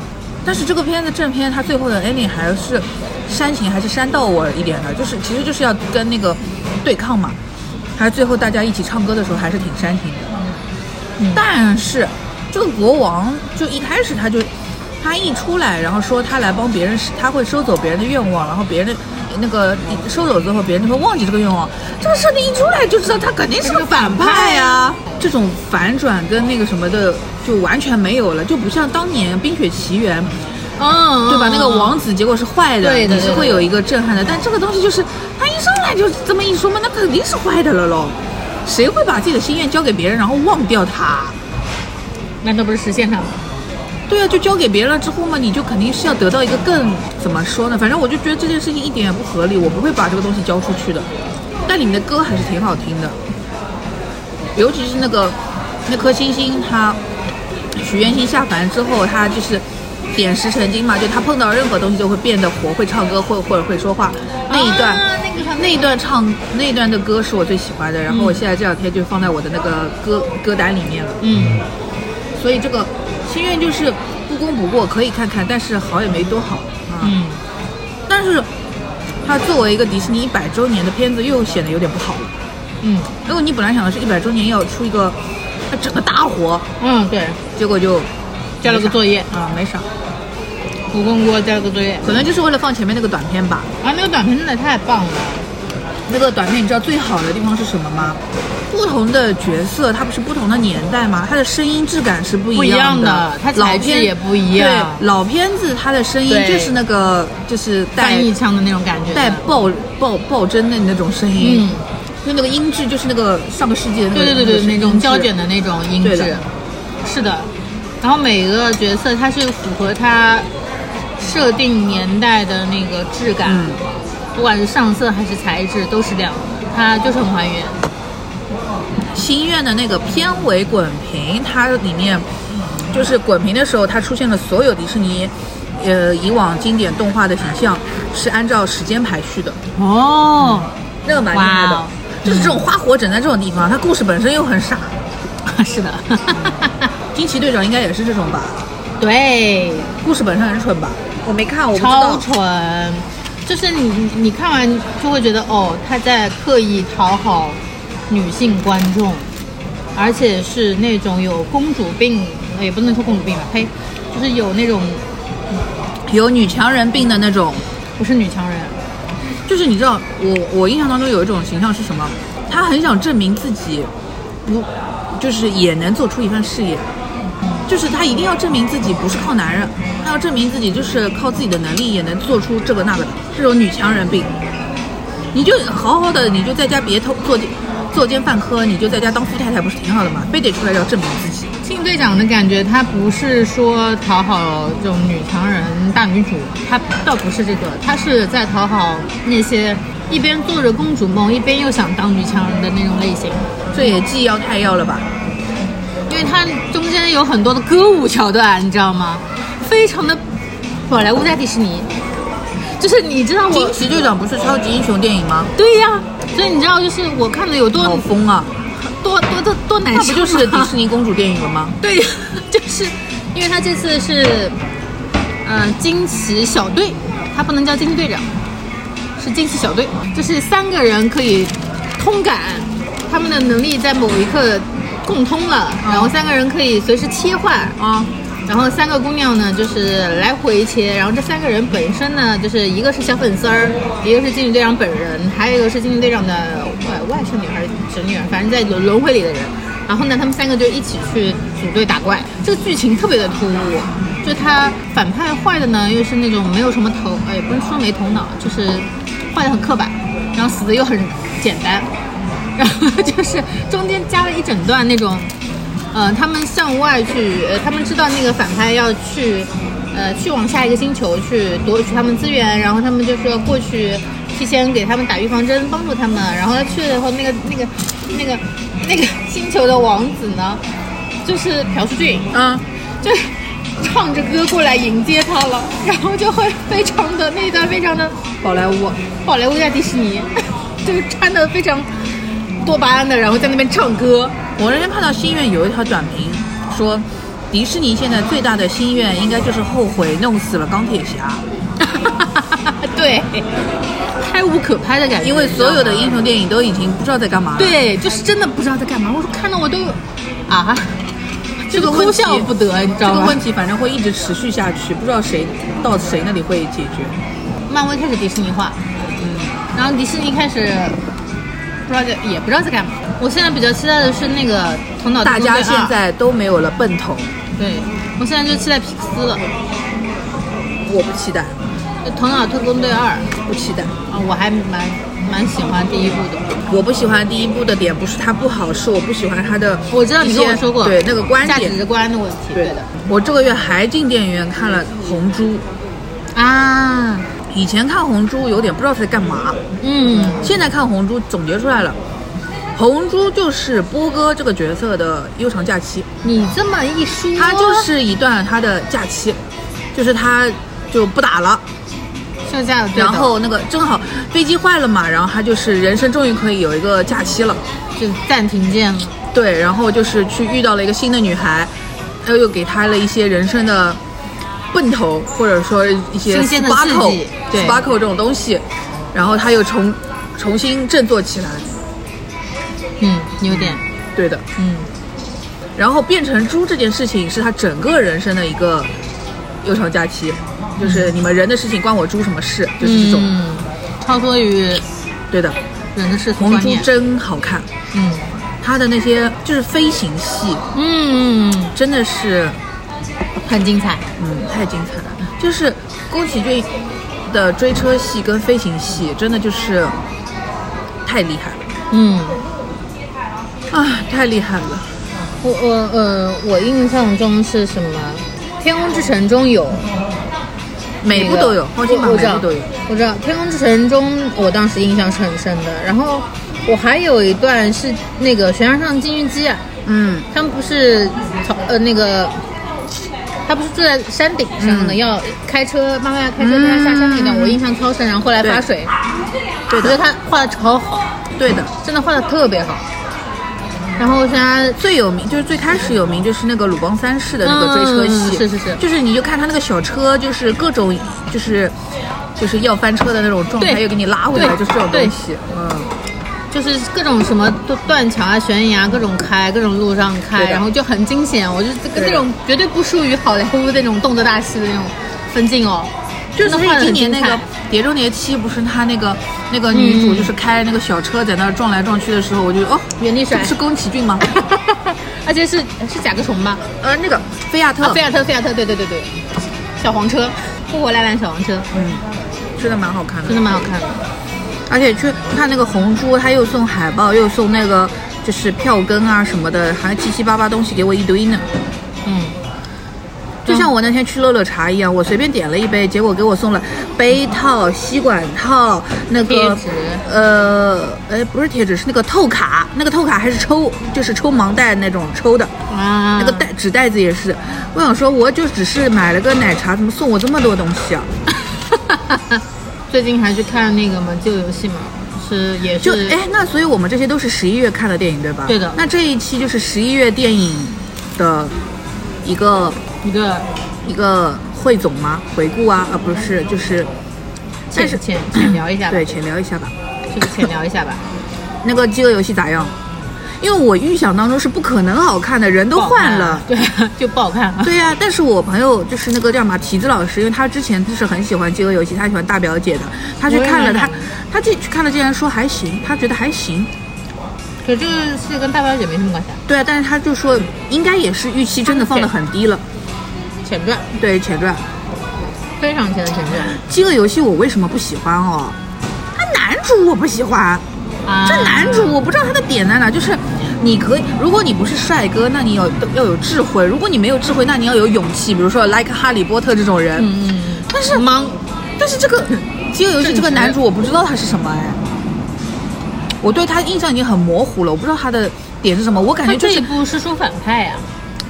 [SPEAKER 2] 但是这个片子正片它最后的 ending 还是煽情，还是煽到我一点的，就是其实就是要跟那个对抗嘛。还是最后大家一起唱歌的时候还是挺煽情的，
[SPEAKER 1] 嗯
[SPEAKER 2] 但是这个国王就一开始他就他一出来，然后说他来帮别人，他会收走别人的愿望，然后别人的。那个收走之后，别人就会忘记这个愿望。这个设定一出来就知道他肯定是个反派呀、这种反转跟那个什么的就完全没有了，就不像当年《冰雪奇缘》
[SPEAKER 1] 嗯，
[SPEAKER 2] 对吧？那个王子结果是坏的，
[SPEAKER 1] 对的
[SPEAKER 2] 你是
[SPEAKER 1] 对的
[SPEAKER 2] 会有一个震撼的。但这个东西就是，他一上来就这么一说嘛，那肯定是坏的了喽。谁会把自己的心愿交给别人，然后忘掉他？
[SPEAKER 1] 难道不是实现上吗？
[SPEAKER 2] 对啊，就交给别人了之后嘛，你就肯定是要得到一个更怎么说呢？反正我就觉得这件事情一点也不合理，我不会把这个东西交出去的。但里面的歌还是挺好听的，尤其是那个那颗星星，它许愿星下凡之后，它就是点石成金嘛，就它碰到任何东西就会变得活，会唱歌，会或者会说话。那一段、
[SPEAKER 1] 啊那个很
[SPEAKER 2] 那一段唱那一段的歌是我最喜欢的，然后我现在这两天就放在我的那个歌歌单里面了。
[SPEAKER 1] 嗯，
[SPEAKER 2] 所以这个心愿就是不功不过，可以看看，但是好也没多好啊。
[SPEAKER 1] 嗯，
[SPEAKER 2] 但是它作为一个迪士尼一百周年的片子，又显得有点不好了。
[SPEAKER 1] 嗯
[SPEAKER 2] 因为你本来想的是一百周年要出一个呃整个大活，
[SPEAKER 1] 嗯，对，
[SPEAKER 2] 结果就
[SPEAKER 1] 交了个作业，
[SPEAKER 2] 啊，没啥，
[SPEAKER 1] 我跟我交了个作业。
[SPEAKER 2] 可能就是为了放前面那个短片吧。
[SPEAKER 1] 啊，那个短片真的太棒了，
[SPEAKER 2] 那个短片你知道最好的地方是什么吗？不同的角色，它不是不同的年代吗？它的声音质感是不一
[SPEAKER 1] 不一样
[SPEAKER 2] 的
[SPEAKER 1] 的，它
[SPEAKER 2] 老
[SPEAKER 1] 啊材质
[SPEAKER 2] 片
[SPEAKER 1] 也不一样
[SPEAKER 2] 对，老片子它的声音
[SPEAKER 1] 对
[SPEAKER 2] 就是那个就是带
[SPEAKER 1] 翻译腔的那种感觉的，
[SPEAKER 2] 带爆爆爆针的那种声音，
[SPEAKER 1] 嗯，
[SPEAKER 2] 就那个音质就是那个上个世纪的那个
[SPEAKER 1] 对对对对，
[SPEAKER 2] 个声音
[SPEAKER 1] 那种
[SPEAKER 2] 质
[SPEAKER 1] 胶卷的那种音
[SPEAKER 2] 对
[SPEAKER 1] 质
[SPEAKER 2] 的，
[SPEAKER 1] 是的。然后每个角色它是符合它设定年代的那个质感，
[SPEAKER 2] 嗯
[SPEAKER 1] 不管是上色还是材质都是这样的，它就是很还原。
[SPEAKER 2] 心愿的那个片尾滚屏，它里面嗯就是滚屏的时候，它出现了所有迪士尼，呃，以往经典动画的形象是按照时间排序的，
[SPEAKER 1] 哦，
[SPEAKER 2] 那个蛮厉害的。
[SPEAKER 1] 哇哦
[SPEAKER 2] 就是这种花火整在这种地方，它故事本身又很傻。
[SPEAKER 1] 嗯 是的，
[SPEAKER 2] 惊奇队长应该也是这种吧，
[SPEAKER 1] 对，
[SPEAKER 2] 故事本身很蠢吧？我没看，我不知
[SPEAKER 1] 超
[SPEAKER 2] 道。
[SPEAKER 1] 蠢。就是你你你看完就会觉得哦，他在刻意讨好女性观众，而且是那种有公主病，呃也不能说公主病吧，呸，就是有那种
[SPEAKER 2] 有女强人病的那种
[SPEAKER 1] 不是女强人，
[SPEAKER 2] 就是你知道，我我印象当中有一种形象是什么？他很想证明自己不，就是也能做出一番事业，就是他一定要证明自己不是靠男人，他要证明自己就是靠自己的能力也能做出这个那个的，这种女强人病。你就好好的，你就在家别偷作奸作奸犯科，你就在家当富太太不是挺好的吗？非得出来要证明自己。
[SPEAKER 1] 庆队长的感觉，他不是说讨好这种女强人大女主，他倒不是这个，他是在讨好那些一边做着公主梦，一边又想当女强人的那种类型。
[SPEAKER 2] 这也既要太要了吧？
[SPEAKER 1] 因为它中间有很多的歌舞桥段，你知道吗？非常的宝莱坞在迪士尼，就是你知道
[SPEAKER 2] 惊
[SPEAKER 1] 我
[SPEAKER 2] 奇队长不是超级英雄电影吗？
[SPEAKER 1] 对呀、所以你知道就是我看的有多
[SPEAKER 2] 好疯啊！
[SPEAKER 1] 多多多多难
[SPEAKER 2] 那
[SPEAKER 1] 受吗，
[SPEAKER 2] 不就是迪士尼公主电影了吗？
[SPEAKER 1] 对，就是因为他这次是，呃，惊奇小队，他不能叫惊奇队长，是惊奇小队，就是三个人可以通感，他们的能力在某一刻共通了，然后三个人可以随时切换，
[SPEAKER 2] 啊、
[SPEAKER 1] 然后三个姑娘呢，就是来回切。然后这三个人本身呢，就是一个是小粉丝儿，一个是惊奇队长本人，还有一个是惊奇队长的外外甥女还是侄女儿，反正在轮轮回里的人。然后呢，他们三个就一起去组队打怪。这个剧情特别的突兀，就他反派坏的呢，又是那种没有什么头，呃，也不是说没头脑，就是坏的很刻板，然后死的又很简单。然后 就是中间加了一整段那种，呃，他们向外去，呃，他们知道那个反派要去，呃，去往下一个星球去夺取他们资源，然后他们就是要过去提前给他们打预防针，帮助他们。然后他去了以后，那个那个那个那个 星球的王子呢，就是朴叙俊，
[SPEAKER 2] 嗯，
[SPEAKER 1] 就唱着歌过来迎接他了，然后就会非常的那一段非常的。
[SPEAKER 2] 宝莱坞，
[SPEAKER 1] 宝莱坞在迪士尼， 就是穿的非常多巴胺的，然后在那边唱歌。
[SPEAKER 2] 我那天看到心愿有一条短评说，迪士尼现在最大的心愿应该就是后悔弄死了钢铁侠，
[SPEAKER 1] 对，拍无可拍的感觉，
[SPEAKER 2] 因为所有的
[SPEAKER 1] 你知
[SPEAKER 2] 英
[SPEAKER 1] 道吗
[SPEAKER 2] 雄电影都已经不知道在干嘛了。，
[SPEAKER 1] 对，就是真的不知道在干嘛。我说看到我都有啊，
[SPEAKER 2] 这个
[SPEAKER 1] 就
[SPEAKER 2] 问
[SPEAKER 1] 哭
[SPEAKER 2] 题
[SPEAKER 1] 笑不得，你知
[SPEAKER 2] 这
[SPEAKER 1] 道
[SPEAKER 2] 个
[SPEAKER 1] 吗？
[SPEAKER 2] 问题反正会一直持续下去，不知道谁到谁那里会解决。
[SPEAKER 1] 漫威开始迪士尼化，嗯然后迪士尼开始不知道在也不知道在干嘛。我现在比较期待的是那个《头脑特
[SPEAKER 2] 大
[SPEAKER 1] 工队
[SPEAKER 2] 家
[SPEAKER 1] 二
[SPEAKER 2] 现在都没有了奔头，
[SPEAKER 1] 对我现在就期待皮克斯了，
[SPEAKER 2] 我不期待，
[SPEAKER 1] 就《头脑特工队二》
[SPEAKER 2] 不期待。
[SPEAKER 1] 啊，我还蛮蛮喜欢第一部的。
[SPEAKER 2] 我不喜欢第一部的点不是它不好，是我不喜欢它的一些。
[SPEAKER 1] 我知道你跟我说过，
[SPEAKER 2] 对那个观
[SPEAKER 1] 价
[SPEAKER 2] 点。
[SPEAKER 1] 值观的问题，对的
[SPEAKER 2] 我这个月还进电影院看了《红猪》，
[SPEAKER 1] 啊，
[SPEAKER 2] 以前看《红猪》有点不知道在干嘛，
[SPEAKER 1] 嗯，
[SPEAKER 2] 现在看《红猪》总结出来了，《红猪》就是波哥这个角色的悠长假期，
[SPEAKER 1] 你这么一说，
[SPEAKER 2] 他就是一段他的假期，就是他就不打了，
[SPEAKER 1] 休假了，对的
[SPEAKER 2] 然后那个正好飞机坏了嘛，然后他就是人生终于可以有一个假期了，
[SPEAKER 1] 就暂停键了，
[SPEAKER 2] 对，然后就是去遇到了一个新的女孩，又又给他了一些人生的奔头，或者说一些
[SPEAKER 1] 新鲜的
[SPEAKER 2] sparkle
[SPEAKER 1] 刺激对
[SPEAKER 2] sparkle 这种东西，然后他又重重新振作起来，
[SPEAKER 1] 嗯，有点，
[SPEAKER 2] 对的。
[SPEAKER 1] 嗯，
[SPEAKER 2] 然后变成猪这件事情是他整个人生的一个悠长假期，就是你们人的事情关我猪什么事？就是这种，
[SPEAKER 1] 嗯，超脱于
[SPEAKER 2] 对的。
[SPEAKER 1] 人的世俗
[SPEAKER 2] 红
[SPEAKER 1] 观
[SPEAKER 2] 猪
[SPEAKER 1] 念。
[SPEAKER 2] 真好看，
[SPEAKER 1] 嗯
[SPEAKER 2] 它的那些就是飞行戏
[SPEAKER 1] 嗯，
[SPEAKER 2] 真的是，
[SPEAKER 1] 很精彩。
[SPEAKER 2] 嗯，太精彩了。就是宫崎骏的追车戏跟飞行戏真的就是太厉害了
[SPEAKER 1] 嗯，
[SPEAKER 2] 啊，太厉害了。
[SPEAKER 1] 我我呃，我印象中是什么？《天空之城》中有，
[SPEAKER 2] 每部
[SPEAKER 1] 那个
[SPEAKER 2] 都有，
[SPEAKER 1] 我
[SPEAKER 2] 黄金马
[SPEAKER 1] 我
[SPEAKER 2] 每
[SPEAKER 1] 知道
[SPEAKER 2] 部都有。
[SPEAKER 1] 我知道《天空之城》中，我当时印象是很深的。然后我还有一段是那个悬崖上金鱼姬啊，
[SPEAKER 2] 嗯，
[SPEAKER 1] 他们不是草呃那个，他不是住在山顶上的，要开车妈妈要开车带他下山那段，
[SPEAKER 2] 嗯
[SPEAKER 1] 我印象超深。然后后来发
[SPEAKER 2] 对
[SPEAKER 1] 水，
[SPEAKER 2] 对
[SPEAKER 1] 我觉得
[SPEAKER 2] 的，
[SPEAKER 1] 他画的超好，
[SPEAKER 2] 对的。
[SPEAKER 1] 真的画的特别好。然后现在
[SPEAKER 2] 最有名就是最开始有名就是那个鲁邦三世的那个追车戏，
[SPEAKER 1] 嗯是是是
[SPEAKER 2] 就是你就看他那个小车，就是各种就是就是要翻车的那种状态，
[SPEAKER 1] 对
[SPEAKER 2] 又给你拉回来，
[SPEAKER 1] 对
[SPEAKER 2] 就是这种东
[SPEAKER 1] 对
[SPEAKER 2] 西，嗯。
[SPEAKER 1] 就是各种什么断断桥啊、悬崖各种开，各种路上
[SPEAKER 2] 对
[SPEAKER 1] 开，
[SPEAKER 2] 的
[SPEAKER 1] 然后就很惊险。我就
[SPEAKER 2] 对
[SPEAKER 1] 跟
[SPEAKER 2] 的
[SPEAKER 1] 那种绝对不输于好莱坞那种动作大戏的那种分镜哦，
[SPEAKER 2] 就是
[SPEAKER 1] 真的画得
[SPEAKER 2] 今
[SPEAKER 1] 很
[SPEAKER 2] 年那
[SPEAKER 1] 精
[SPEAKER 2] 个
[SPEAKER 1] 彩
[SPEAKER 2] 《碟中谍七》，不是他那个那个女主
[SPEAKER 1] 嗯
[SPEAKER 2] 就是开那个小车在那儿撞来撞去的时候，我就哦，
[SPEAKER 1] 原地
[SPEAKER 2] 这
[SPEAKER 1] 甩
[SPEAKER 2] 不，是宫崎 骏吗？
[SPEAKER 1] 而且是是甲壳虫吧？
[SPEAKER 2] 呃，那个菲亚特，
[SPEAKER 1] 啊，菲亚特，菲亚特，对对对对，小黄车，复活来蓝小黄车，
[SPEAKER 2] 嗯，真的蛮好看的，
[SPEAKER 1] 真的蛮好看的。
[SPEAKER 2] 而且去看那个红猪，他又送海报，又送那个就是票根啊什么的，还七七八八东西给我一堆呢。
[SPEAKER 1] 嗯，
[SPEAKER 2] 就像我那天去乐乐茶一样，我随便点了一杯，结果给我送了杯套、吸管套、那个
[SPEAKER 1] 贴纸
[SPEAKER 2] 呃，哎，不是贴纸，是那个透卡，那个透卡还是抽，就是抽盲袋那种抽的，
[SPEAKER 1] 啊，
[SPEAKER 2] 那个袋纸袋子也是。我想说，我就只是买了个奶茶，怎么送我这么多东西啊？
[SPEAKER 1] 最近还去看那个嘛旧游戏嘛，是也
[SPEAKER 2] 就是哎，那所以我们这些都是十一月看的电影，对吧？
[SPEAKER 1] 对的
[SPEAKER 2] 那这一期就是十一月电影的一个
[SPEAKER 1] 一个
[SPEAKER 2] 一个汇总吗？回顾啊，啊不是，就是
[SPEAKER 1] 浅
[SPEAKER 2] 但是
[SPEAKER 1] 浅浅聊一下吧，
[SPEAKER 2] 对，浅聊一下吧。
[SPEAKER 1] 就是浅聊一下吧。
[SPEAKER 2] 那个《饥饿游戏》咋样？因为我预想当中是不可能好看的，人都
[SPEAKER 1] 不好看
[SPEAKER 2] 换了
[SPEAKER 1] 啊，。 对啊，就不好看啊。
[SPEAKER 2] 对呀、但是我朋友就是那个叫什么提子老师，因为他之前就是很喜欢《饥饿游戏》，他喜欢大表姐的，他去
[SPEAKER 1] 我也
[SPEAKER 2] 看了，
[SPEAKER 1] 蛮
[SPEAKER 2] 他
[SPEAKER 1] 感
[SPEAKER 2] 他进去看了，竟然说还行，他觉得还行。
[SPEAKER 1] 可这个是跟大表姐没什么关系啊，
[SPEAKER 2] 对啊，但是他就说应该也是预期真的放得很低了。
[SPEAKER 1] 前传
[SPEAKER 2] 对前传，《
[SPEAKER 1] 非常前的前传
[SPEAKER 2] 饥饿游戏》我为什么不喜欢哦？他男主我不喜欢，
[SPEAKER 1] 啊，
[SPEAKER 2] 这男主我不知道他的点在哪，就是你可以，如果你不是帅哥，那你要要有智慧；如果你没有智慧，那你要有勇气，比如说 like 哈利波特这种人。
[SPEAKER 1] 嗯嗯
[SPEAKER 2] 但是
[SPEAKER 1] 忙，
[SPEAKER 2] 但是这个《饥饿游戏》
[SPEAKER 1] 正直
[SPEAKER 2] 这个男主我不知道他是什么哎，我对他印象已经很模糊了，我不知道他的点是什么，我感
[SPEAKER 1] 他
[SPEAKER 2] 觉就
[SPEAKER 1] 这一
[SPEAKER 2] 是
[SPEAKER 1] 部是说反派啊呀，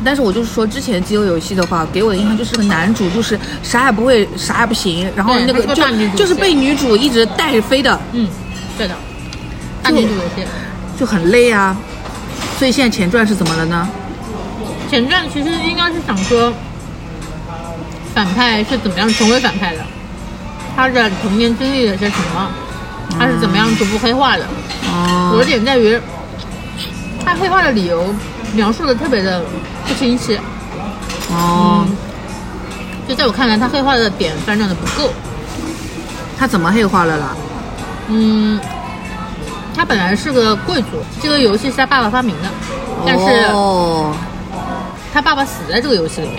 [SPEAKER 2] 但是我就是说，之前饥饿游戏的话，给我的印象就是个男主就是啥也不会，啥也不行，然后
[SPEAKER 1] 对
[SPEAKER 2] 那
[SPEAKER 1] 他是个大女
[SPEAKER 2] 就
[SPEAKER 1] 主
[SPEAKER 2] 就是被女主一直带着飞的，
[SPEAKER 1] 嗯，对的，大女主有些。
[SPEAKER 2] 就很累啊。所以现在前传是怎么了呢？
[SPEAKER 1] 前传其实应该是想说，反派是怎么样成为反派的，他的童年经历了些什么，他是怎么样逐步黑化的。我
[SPEAKER 2] 哦
[SPEAKER 1] 的，点在于，他黑化的理由描述的特别的不清晰，
[SPEAKER 2] 哦，
[SPEAKER 1] 就在我看来，他黑化的点反转的不够。
[SPEAKER 2] 他怎么黑化了啦？
[SPEAKER 1] 嗯，他本来是个贵族，这个游戏是他爸爸发明的，但是
[SPEAKER 2] 哦，
[SPEAKER 1] 他爸爸死在这个游戏里面。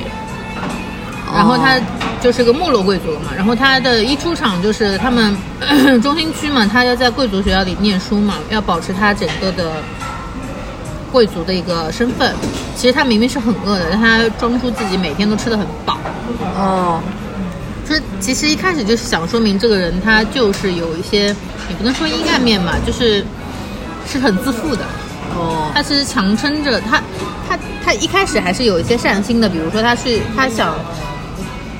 [SPEAKER 1] 然后他
[SPEAKER 2] 哦
[SPEAKER 1] 就是个没落贵族了嘛，然后他的一出场就是他们 中心区嘛，他要在贵族学校里念书嘛，要保持他整个的贵族的一个身份。其实他明明是很饿的，但他装出自己每天都吃的很饱。
[SPEAKER 2] 哦，
[SPEAKER 1] 就是其实一开始就是想说明这个人他就是有一些，也不能说阴暗面吧，就是是很自负的。
[SPEAKER 2] 哦，
[SPEAKER 1] 他是强撑着他，他他一开始还是有一些善心的，比如说他是他想，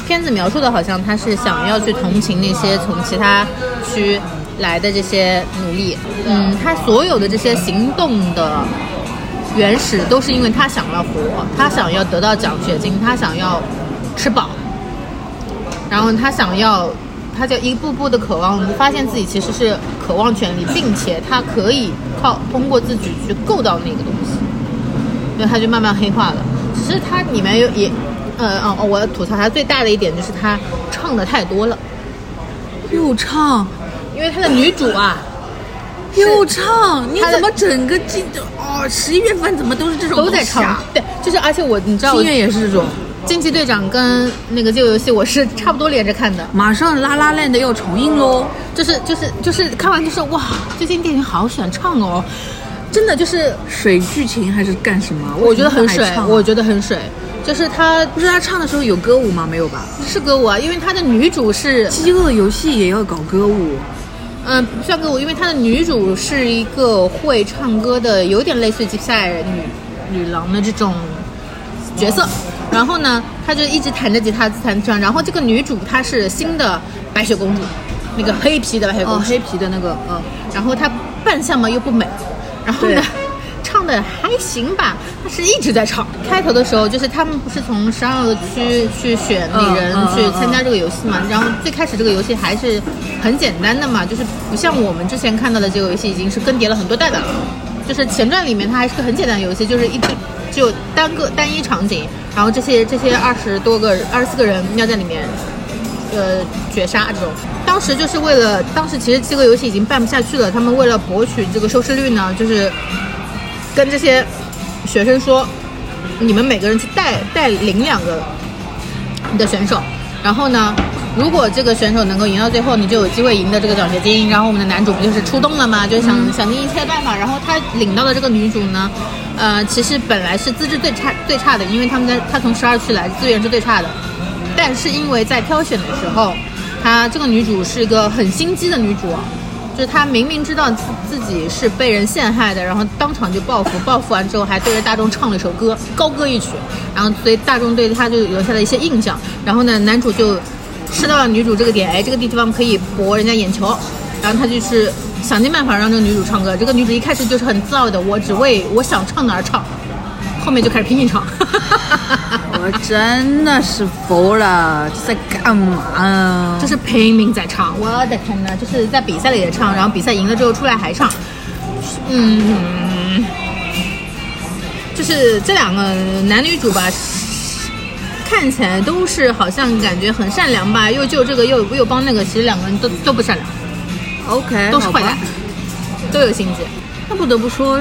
[SPEAKER 1] 片子描述的好像他是想要去同情那些从其他区来的这些奴隶，嗯，他所有的这些行动的原始都是因为他想要活，他想要得到奖学金，他想要吃饱，然后他想要，他就一步步的渴望，发现自己其实是渴望权利，并且他可以靠通过自己去够到那个东西。对，它就慢慢黑化了。只是它里面有也，呃，哦，哦我吐槽它最大的一点就是它唱的太多了，
[SPEAKER 2] 又唱
[SPEAKER 1] 因为它的女主啊，
[SPEAKER 2] 又唱，你
[SPEAKER 1] 他的
[SPEAKER 2] 怎么整个季度哦十一月份怎么都是这种
[SPEAKER 1] 都在
[SPEAKER 2] 东西
[SPEAKER 1] 唱
[SPEAKER 2] 啊，
[SPEAKER 1] 对，就是而且我你知道我
[SPEAKER 2] 心愿也是这种。
[SPEAKER 1] 惊奇队长跟那个《饥饿游戏》，我是差不多连着看的，
[SPEAKER 2] 马上拉拉链的要重映喽，
[SPEAKER 1] 就是就是就是看完就是哇，最近电影好喜欢唱哦，真的就是
[SPEAKER 2] 水剧情还是干什么？
[SPEAKER 1] 我觉得很水
[SPEAKER 2] 为什么还，唱啊
[SPEAKER 1] 我觉得很水，就是他
[SPEAKER 2] 不是他唱的时候有歌舞吗？没有吧？
[SPEAKER 1] 是歌舞啊，因为他的女主是
[SPEAKER 2] 饥饿游戏也要搞歌舞，
[SPEAKER 1] 嗯，不算歌舞，因为她的女主是一个会唱歌的，有点类似于吉普赛人女女郎的这种角色。然后呢，她就一直弹着吉他自弹自唱。然后这个女主她是新的白雪公主，那个黑皮的白雪公
[SPEAKER 2] 哦，
[SPEAKER 1] 主。
[SPEAKER 2] 黑皮的那个，嗯，
[SPEAKER 1] 然后她扮相嘛又不美，然后呢
[SPEAKER 2] 对，
[SPEAKER 1] 唱的还行吧，但是一直在唱。开头的时候就是他们不是从十二个区去选里人
[SPEAKER 2] 嗯嗯嗯
[SPEAKER 1] 去参加这个游戏嘛，然后最开始这个游戏还是很简单的嘛，就是不像我们之前看到的这个游戏已经是更迭了很多代的了，就是前传里面它还是个很简单的游戏，就是一堆只有单个单一场景，然后这些这些二十多个二十四个人要在里面呃绝杀这种。当时就是为了，当时其实这个游戏已经办不下去了，他们为了博取这个收视率呢，就是跟这些学生说，你们每个人去带带领两个你的选手，然后呢，如果这个选手能够赢到最后，你就有机会赢得这个奖学金。然后我们的男主不就是出动了吗？就想、想尽一切办法。然后他领到的这个女主呢，呃，其实本来是资质最差最差的，因为他们在他从十二区来，资源是最差的。但是因为在挑选的时候，她这个女主是一个很心机的女主啊，就是她明明知道自自己是被人陷害的，然后当场就报复，报复完之后还对着大众唱了一首歌，高歌一曲，然后所以大众对她就留下了一些印象。然后呢，男主就吃到了女主这个点，哎，这个地方可以博人家眼球，然后他就是想尽办法让这个女主唱歌。这个女主一开始就是很自傲的，我只为我想唱哪儿唱，后面就开始拼命唱。
[SPEAKER 2] 我真的是服了，这在干嘛呀？
[SPEAKER 1] 就是拼命在唱，我的天呐，就是在比赛里也唱，然后比赛赢了之后出来还唱，嗯，就是这两个男女主吧，看起来都是好像感觉很善良吧，又救这个又又帮那个，其实两个人都都不善良，
[SPEAKER 2] OK，
[SPEAKER 1] 都是
[SPEAKER 2] 好
[SPEAKER 1] 坏
[SPEAKER 2] 吧
[SPEAKER 1] 蛋，都有心机。
[SPEAKER 2] 那不得不说，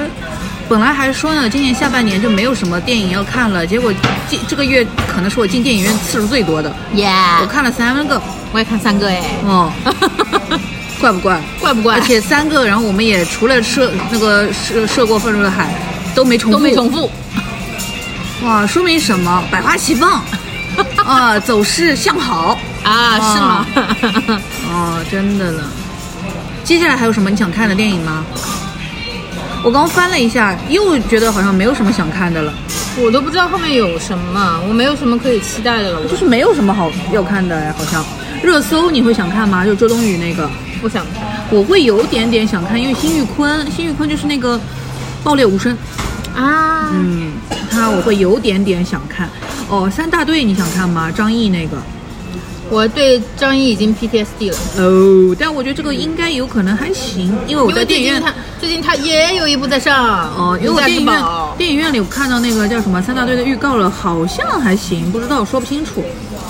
[SPEAKER 2] 本来还说呢，今年下半年就没有什么电影要看了，结果这这个月可能是我进电影院次数最多的，
[SPEAKER 1] 耶、
[SPEAKER 2] 我看了三个，
[SPEAKER 1] 我也看三个哎，
[SPEAKER 2] 嗯，怪不怪？
[SPEAKER 1] 怪不怪？
[SPEAKER 2] 而且三个，然后我们也除了射那个射射过愤怒的海，都没重复，
[SPEAKER 1] 都没重复，
[SPEAKER 2] 哇，说明什么？百花 齐放，啊，走势向好，
[SPEAKER 1] 啊，是吗？
[SPEAKER 2] 哦，真的呢。接下来还有什么你想看的电影吗？我刚翻了一下，又觉得好像没有什么想看的了，
[SPEAKER 1] 我都不知道后面有什么，我没有什么可以期待的了，
[SPEAKER 2] 就
[SPEAKER 1] 我
[SPEAKER 2] 是没有什么好要看的哎，好像。热搜你会想看吗？就周冬雨那个，
[SPEAKER 1] 不想看。
[SPEAKER 2] 我会有点点想看，因为辛玉坤，辛玉坤就是那个《爆裂无声》，
[SPEAKER 1] 啊，
[SPEAKER 2] 嗯，他我会有点点想看。哦，三大队你想看吗？张译那个，
[SPEAKER 1] 我对张译已经 PTSD 了，
[SPEAKER 2] 哦，但我觉得这个应该有可能还行，因哦为我
[SPEAKER 1] 因
[SPEAKER 2] 在
[SPEAKER 1] 为
[SPEAKER 2] 电
[SPEAKER 1] 最
[SPEAKER 2] 影
[SPEAKER 1] 近
[SPEAKER 2] 院
[SPEAKER 1] 他最近他也有一部在上，
[SPEAKER 2] 哦，因为
[SPEAKER 1] 有
[SPEAKER 2] 我
[SPEAKER 1] 在
[SPEAKER 2] 电
[SPEAKER 1] 吃
[SPEAKER 2] 影院
[SPEAKER 1] 饱，
[SPEAKER 2] 电影院里有看到那个叫什么三大队的预告了，好像还行，不知道说不清楚。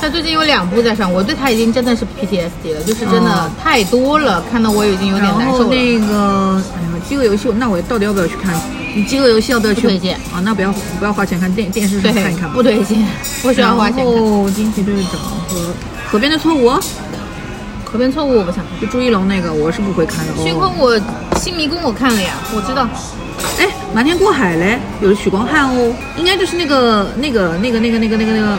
[SPEAKER 1] 他最近有两部在上，我对他已经真的是 PTSD 了，就是真的
[SPEAKER 2] 哦
[SPEAKER 1] 太多了，看到我已经有点
[SPEAKER 2] 然
[SPEAKER 1] 难
[SPEAKER 2] 后
[SPEAKER 1] 受了。
[SPEAKER 2] 那个，哎呀，饥饿游戏，那我到底要不要去看？你饥饿游戏要不要去？
[SPEAKER 1] 不推荐
[SPEAKER 2] 啊，那不要不要花钱看电电视上
[SPEAKER 1] 对，
[SPEAKER 2] 看一看吧。
[SPEAKER 1] 不推 荐，不需要花钱
[SPEAKER 2] 然
[SPEAKER 1] 看。
[SPEAKER 2] 后惊奇队长和河边的错误，
[SPEAKER 1] 河边错误我不想看，
[SPEAKER 2] 就朱一龙那个，我是不会看的。
[SPEAKER 1] 星
[SPEAKER 2] 哦，
[SPEAKER 1] 空我新迷宫我看了呀，我知道，
[SPEAKER 2] 哎，瞒天过海嘞，有许光汉哦，应该就是那个那个那个那个那个那个那个。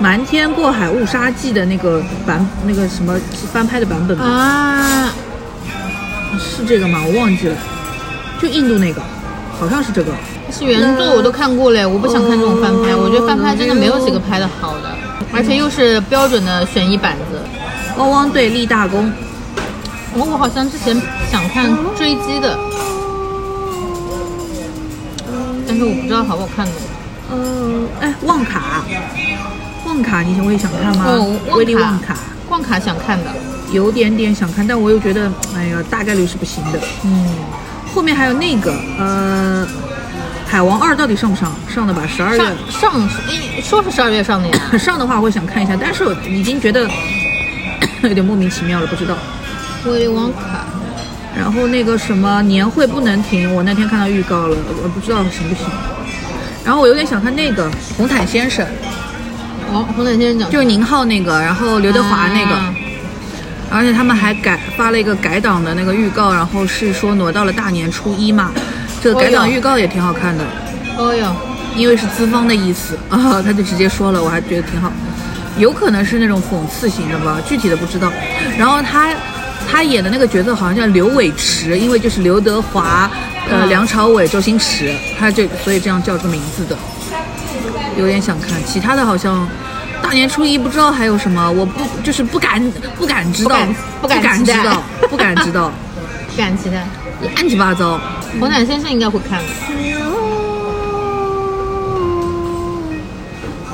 [SPEAKER 2] 瞒天过海误杀记的那个版，那个什么翻拍的版本吧
[SPEAKER 1] 啊，嗯
[SPEAKER 2] 是这个吗？我忘记了，就印度那个，好像是这个。
[SPEAKER 1] 是原作我都看过嘞，我不想看这种翻拍，
[SPEAKER 2] 哦
[SPEAKER 1] 我觉得翻拍真的没有几个拍的好的，而且又是标准的悬疑板子。
[SPEAKER 2] 汪汪队立大功，
[SPEAKER 1] 我我好像之前想看追击的，但是我不知道好不好看呢。
[SPEAKER 2] 呃，哎，旺卡，旺卡，你会想看吗？
[SPEAKER 1] 哦，
[SPEAKER 2] 威力旺
[SPEAKER 1] 旺
[SPEAKER 2] 卡，
[SPEAKER 1] 旺卡想看的，
[SPEAKER 2] 有点点想看，但我又觉得，哎呀，大概率是不行的。
[SPEAKER 1] 嗯，
[SPEAKER 2] 后面还有那个，呃，海王二》到底上不上？上的吧，十二月
[SPEAKER 1] 上上诶说是十二月上的呀，
[SPEAKER 2] 上的话，我想看一下，但是我已经觉得 有点莫名其妙了，不知道。
[SPEAKER 1] 威利旺卡。
[SPEAKER 2] 然后那个什么年会不能停，我那天看到预告了，我不知道行不行。然后我有点想看那个《红毯先生》，
[SPEAKER 1] 哦，红毯先生讲
[SPEAKER 2] 就是宁浩那个，然后刘德华那个，
[SPEAKER 1] 啊
[SPEAKER 2] 而且他们还改发了一个改档的那个预告，然后是说挪到了大年初一嘛。这个改
[SPEAKER 1] 哦
[SPEAKER 2] 档
[SPEAKER 1] 哟
[SPEAKER 2] 预告也挺好看的，
[SPEAKER 1] 哦哟，
[SPEAKER 2] 因为是资方的意思 啊，他就直接说了，我还觉得挺好，有可能是那种讽刺型的吧，具体的不知道。然后他他演的那个角色好像叫刘伟驰，因为就是刘德华、呃
[SPEAKER 1] 嗯
[SPEAKER 2] 梁朝伟、周星驰，他就所以这样叫这个名字的。有点想看，其他的好像大年初一不知道还有什么，我不就是不敢不敢知道，
[SPEAKER 1] 不敢不敢
[SPEAKER 2] 不
[SPEAKER 1] 期
[SPEAKER 2] 知
[SPEAKER 1] 待
[SPEAKER 2] 道，不敢 知道，
[SPEAKER 1] 敢期待。
[SPEAKER 2] 乱七八糟。
[SPEAKER 1] 红毯先生应该会看的。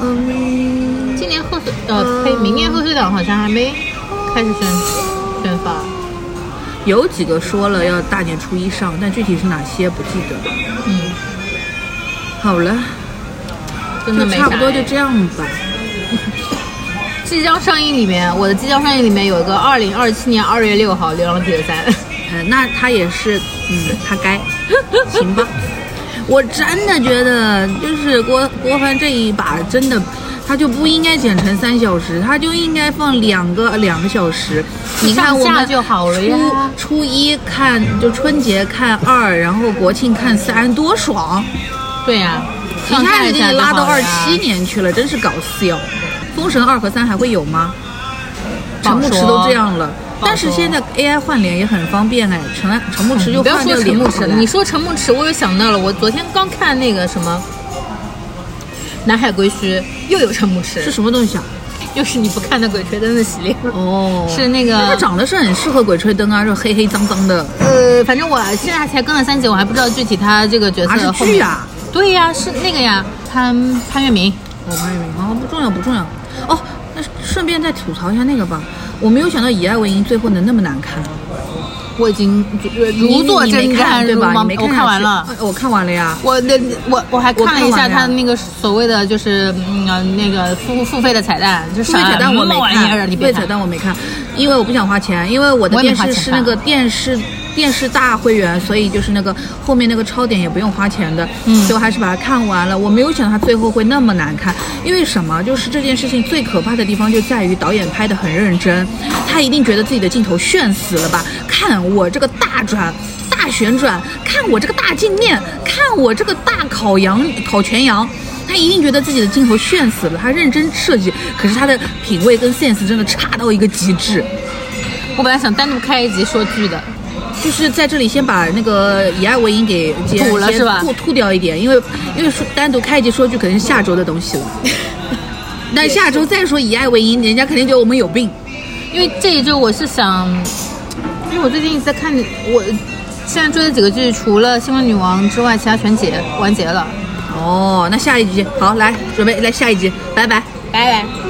[SPEAKER 2] 嗯，
[SPEAKER 1] 今年贺岁呃，呸，明年贺岁档好像还没开始宣宣发。
[SPEAKER 2] 有几个说了要大年初一上，但具体是哪些不记得。
[SPEAKER 1] 嗯，
[SPEAKER 2] 好了，
[SPEAKER 1] 真的
[SPEAKER 2] 就
[SPEAKER 1] 没啥
[SPEAKER 2] 差不多就这样吧。
[SPEAKER 1] 即将上映里面，我的即将上映里面有一个二零二七年二月六号《流浪地球 三》，
[SPEAKER 2] 呃，那他也是，嗯，他该，行吧。我真的觉得，就是郭郭帆这一把真的，他就不应该剪成三小时，他就应该放两个两个小时。你看我
[SPEAKER 1] 上下
[SPEAKER 2] 们
[SPEAKER 1] 就好了呀
[SPEAKER 2] 初初一看就春节看二，然后国庆看三，多爽！
[SPEAKER 1] 对呀、
[SPEAKER 2] 一
[SPEAKER 1] 上
[SPEAKER 2] 下
[SPEAKER 1] 看
[SPEAKER 2] 子
[SPEAKER 1] 一
[SPEAKER 2] 给
[SPEAKER 1] 下
[SPEAKER 2] 你拉到
[SPEAKER 1] 就好
[SPEAKER 2] 二
[SPEAKER 1] 了呀
[SPEAKER 2] 七年去了，真是搞笑。封神二和三还会有吗？
[SPEAKER 1] 不
[SPEAKER 2] 陈
[SPEAKER 1] 好
[SPEAKER 2] 牧
[SPEAKER 1] 说
[SPEAKER 2] 驰都这样了，
[SPEAKER 1] 不好
[SPEAKER 2] 但是
[SPEAKER 1] 说嗯
[SPEAKER 2] 现在 AI 换脸也很方便哎，陈安陈牧驰就
[SPEAKER 1] 不要
[SPEAKER 2] 换
[SPEAKER 1] 说
[SPEAKER 2] 这个
[SPEAKER 1] 陈
[SPEAKER 2] 脸
[SPEAKER 1] 牧
[SPEAKER 2] 不
[SPEAKER 1] 驰
[SPEAKER 2] 出
[SPEAKER 1] 了，
[SPEAKER 2] 来。
[SPEAKER 1] 你说陈牧驰，我又想到了，我昨天刚看那个什么《南海归墟》，又有陈牧
[SPEAKER 2] 是
[SPEAKER 1] 驰，
[SPEAKER 2] 什么东西啊？
[SPEAKER 1] 又是你不看的《鬼吹灯》的系列。
[SPEAKER 2] 哦，
[SPEAKER 1] 是那个
[SPEAKER 2] 他长得是很适合鬼吹灯啊，这黑黑脏脏的，
[SPEAKER 1] 呃，反正我现在才跟了三集，我还不知道具体他这个角色
[SPEAKER 2] 啊是
[SPEAKER 1] 后
[SPEAKER 2] 剧
[SPEAKER 1] 面。
[SPEAKER 2] 啊。
[SPEAKER 1] 对呀、是那个呀，潘潘粤明。
[SPEAKER 2] 我发现没有，哦，不重要不重要。哦，那顺便再吐槽一下那个吧，我没有想到以爱为营最后能那么难看。
[SPEAKER 1] 我已经
[SPEAKER 2] 你
[SPEAKER 1] 如坐
[SPEAKER 2] 呃你
[SPEAKER 1] 针
[SPEAKER 2] 没看
[SPEAKER 1] 毡，
[SPEAKER 2] 对
[SPEAKER 1] 如
[SPEAKER 2] 吧？
[SPEAKER 1] 芒
[SPEAKER 2] 你没
[SPEAKER 1] 我
[SPEAKER 2] 下
[SPEAKER 1] 看完
[SPEAKER 2] 去
[SPEAKER 1] 了。
[SPEAKER 2] 呃我看完了呀。
[SPEAKER 1] 我的我我还
[SPEAKER 2] 我
[SPEAKER 1] 看了一
[SPEAKER 2] 看
[SPEAKER 1] 下
[SPEAKER 2] 完了
[SPEAKER 1] 他那个所谓的就是嗯、呃那个付付费的彩蛋，就
[SPEAKER 2] 付
[SPEAKER 1] 是
[SPEAKER 2] 费彩蛋我没
[SPEAKER 1] 玩意儿，
[SPEAKER 2] 看，
[SPEAKER 1] 你
[SPEAKER 2] 付
[SPEAKER 1] 别
[SPEAKER 2] 费彩
[SPEAKER 1] 看。
[SPEAKER 2] 蛋我没看，因为我不想花钱，因为我的
[SPEAKER 1] 我也
[SPEAKER 2] 电
[SPEAKER 1] 没花
[SPEAKER 2] 视
[SPEAKER 1] 钱啊
[SPEAKER 2] 是
[SPEAKER 1] 吧
[SPEAKER 2] 那个电视电视大会员，所以就是那个后面那个超点也不用花钱的，
[SPEAKER 1] 嗯
[SPEAKER 2] 所以我还是把它看完了。我没有想到它最后会那么难看，因为什么？就是这件事情最可怕的地方就在于导演拍的很认真，他一定觉得自己的镜头炫死了吧？看我这个大转。大旋转，看我这个大镜面，看我这个大烤羊、烤全羊，他一定觉得自己的镜头炫死了，他认真设计，可是他的品味跟 sense 真的差到一个极致。
[SPEAKER 1] 我本来想单独开一集说剧的，
[SPEAKER 2] 就是在这里先把那个以爱为营给截
[SPEAKER 1] 补了
[SPEAKER 2] 截
[SPEAKER 1] 是吧
[SPEAKER 2] 吐吐掉一点，因为因为说单独开一集说剧肯定 是下周的东西了。那下周再说以爱为营，人家肯定觉得我们有病。
[SPEAKER 1] 因为这一周我是想，因为我最近一直在看我现在追的几个剧，除了《新闻女王》之外，其他全结完结了。
[SPEAKER 2] 哦，那下一集好，来准备来下一集，拜拜。
[SPEAKER 1] 拜拜。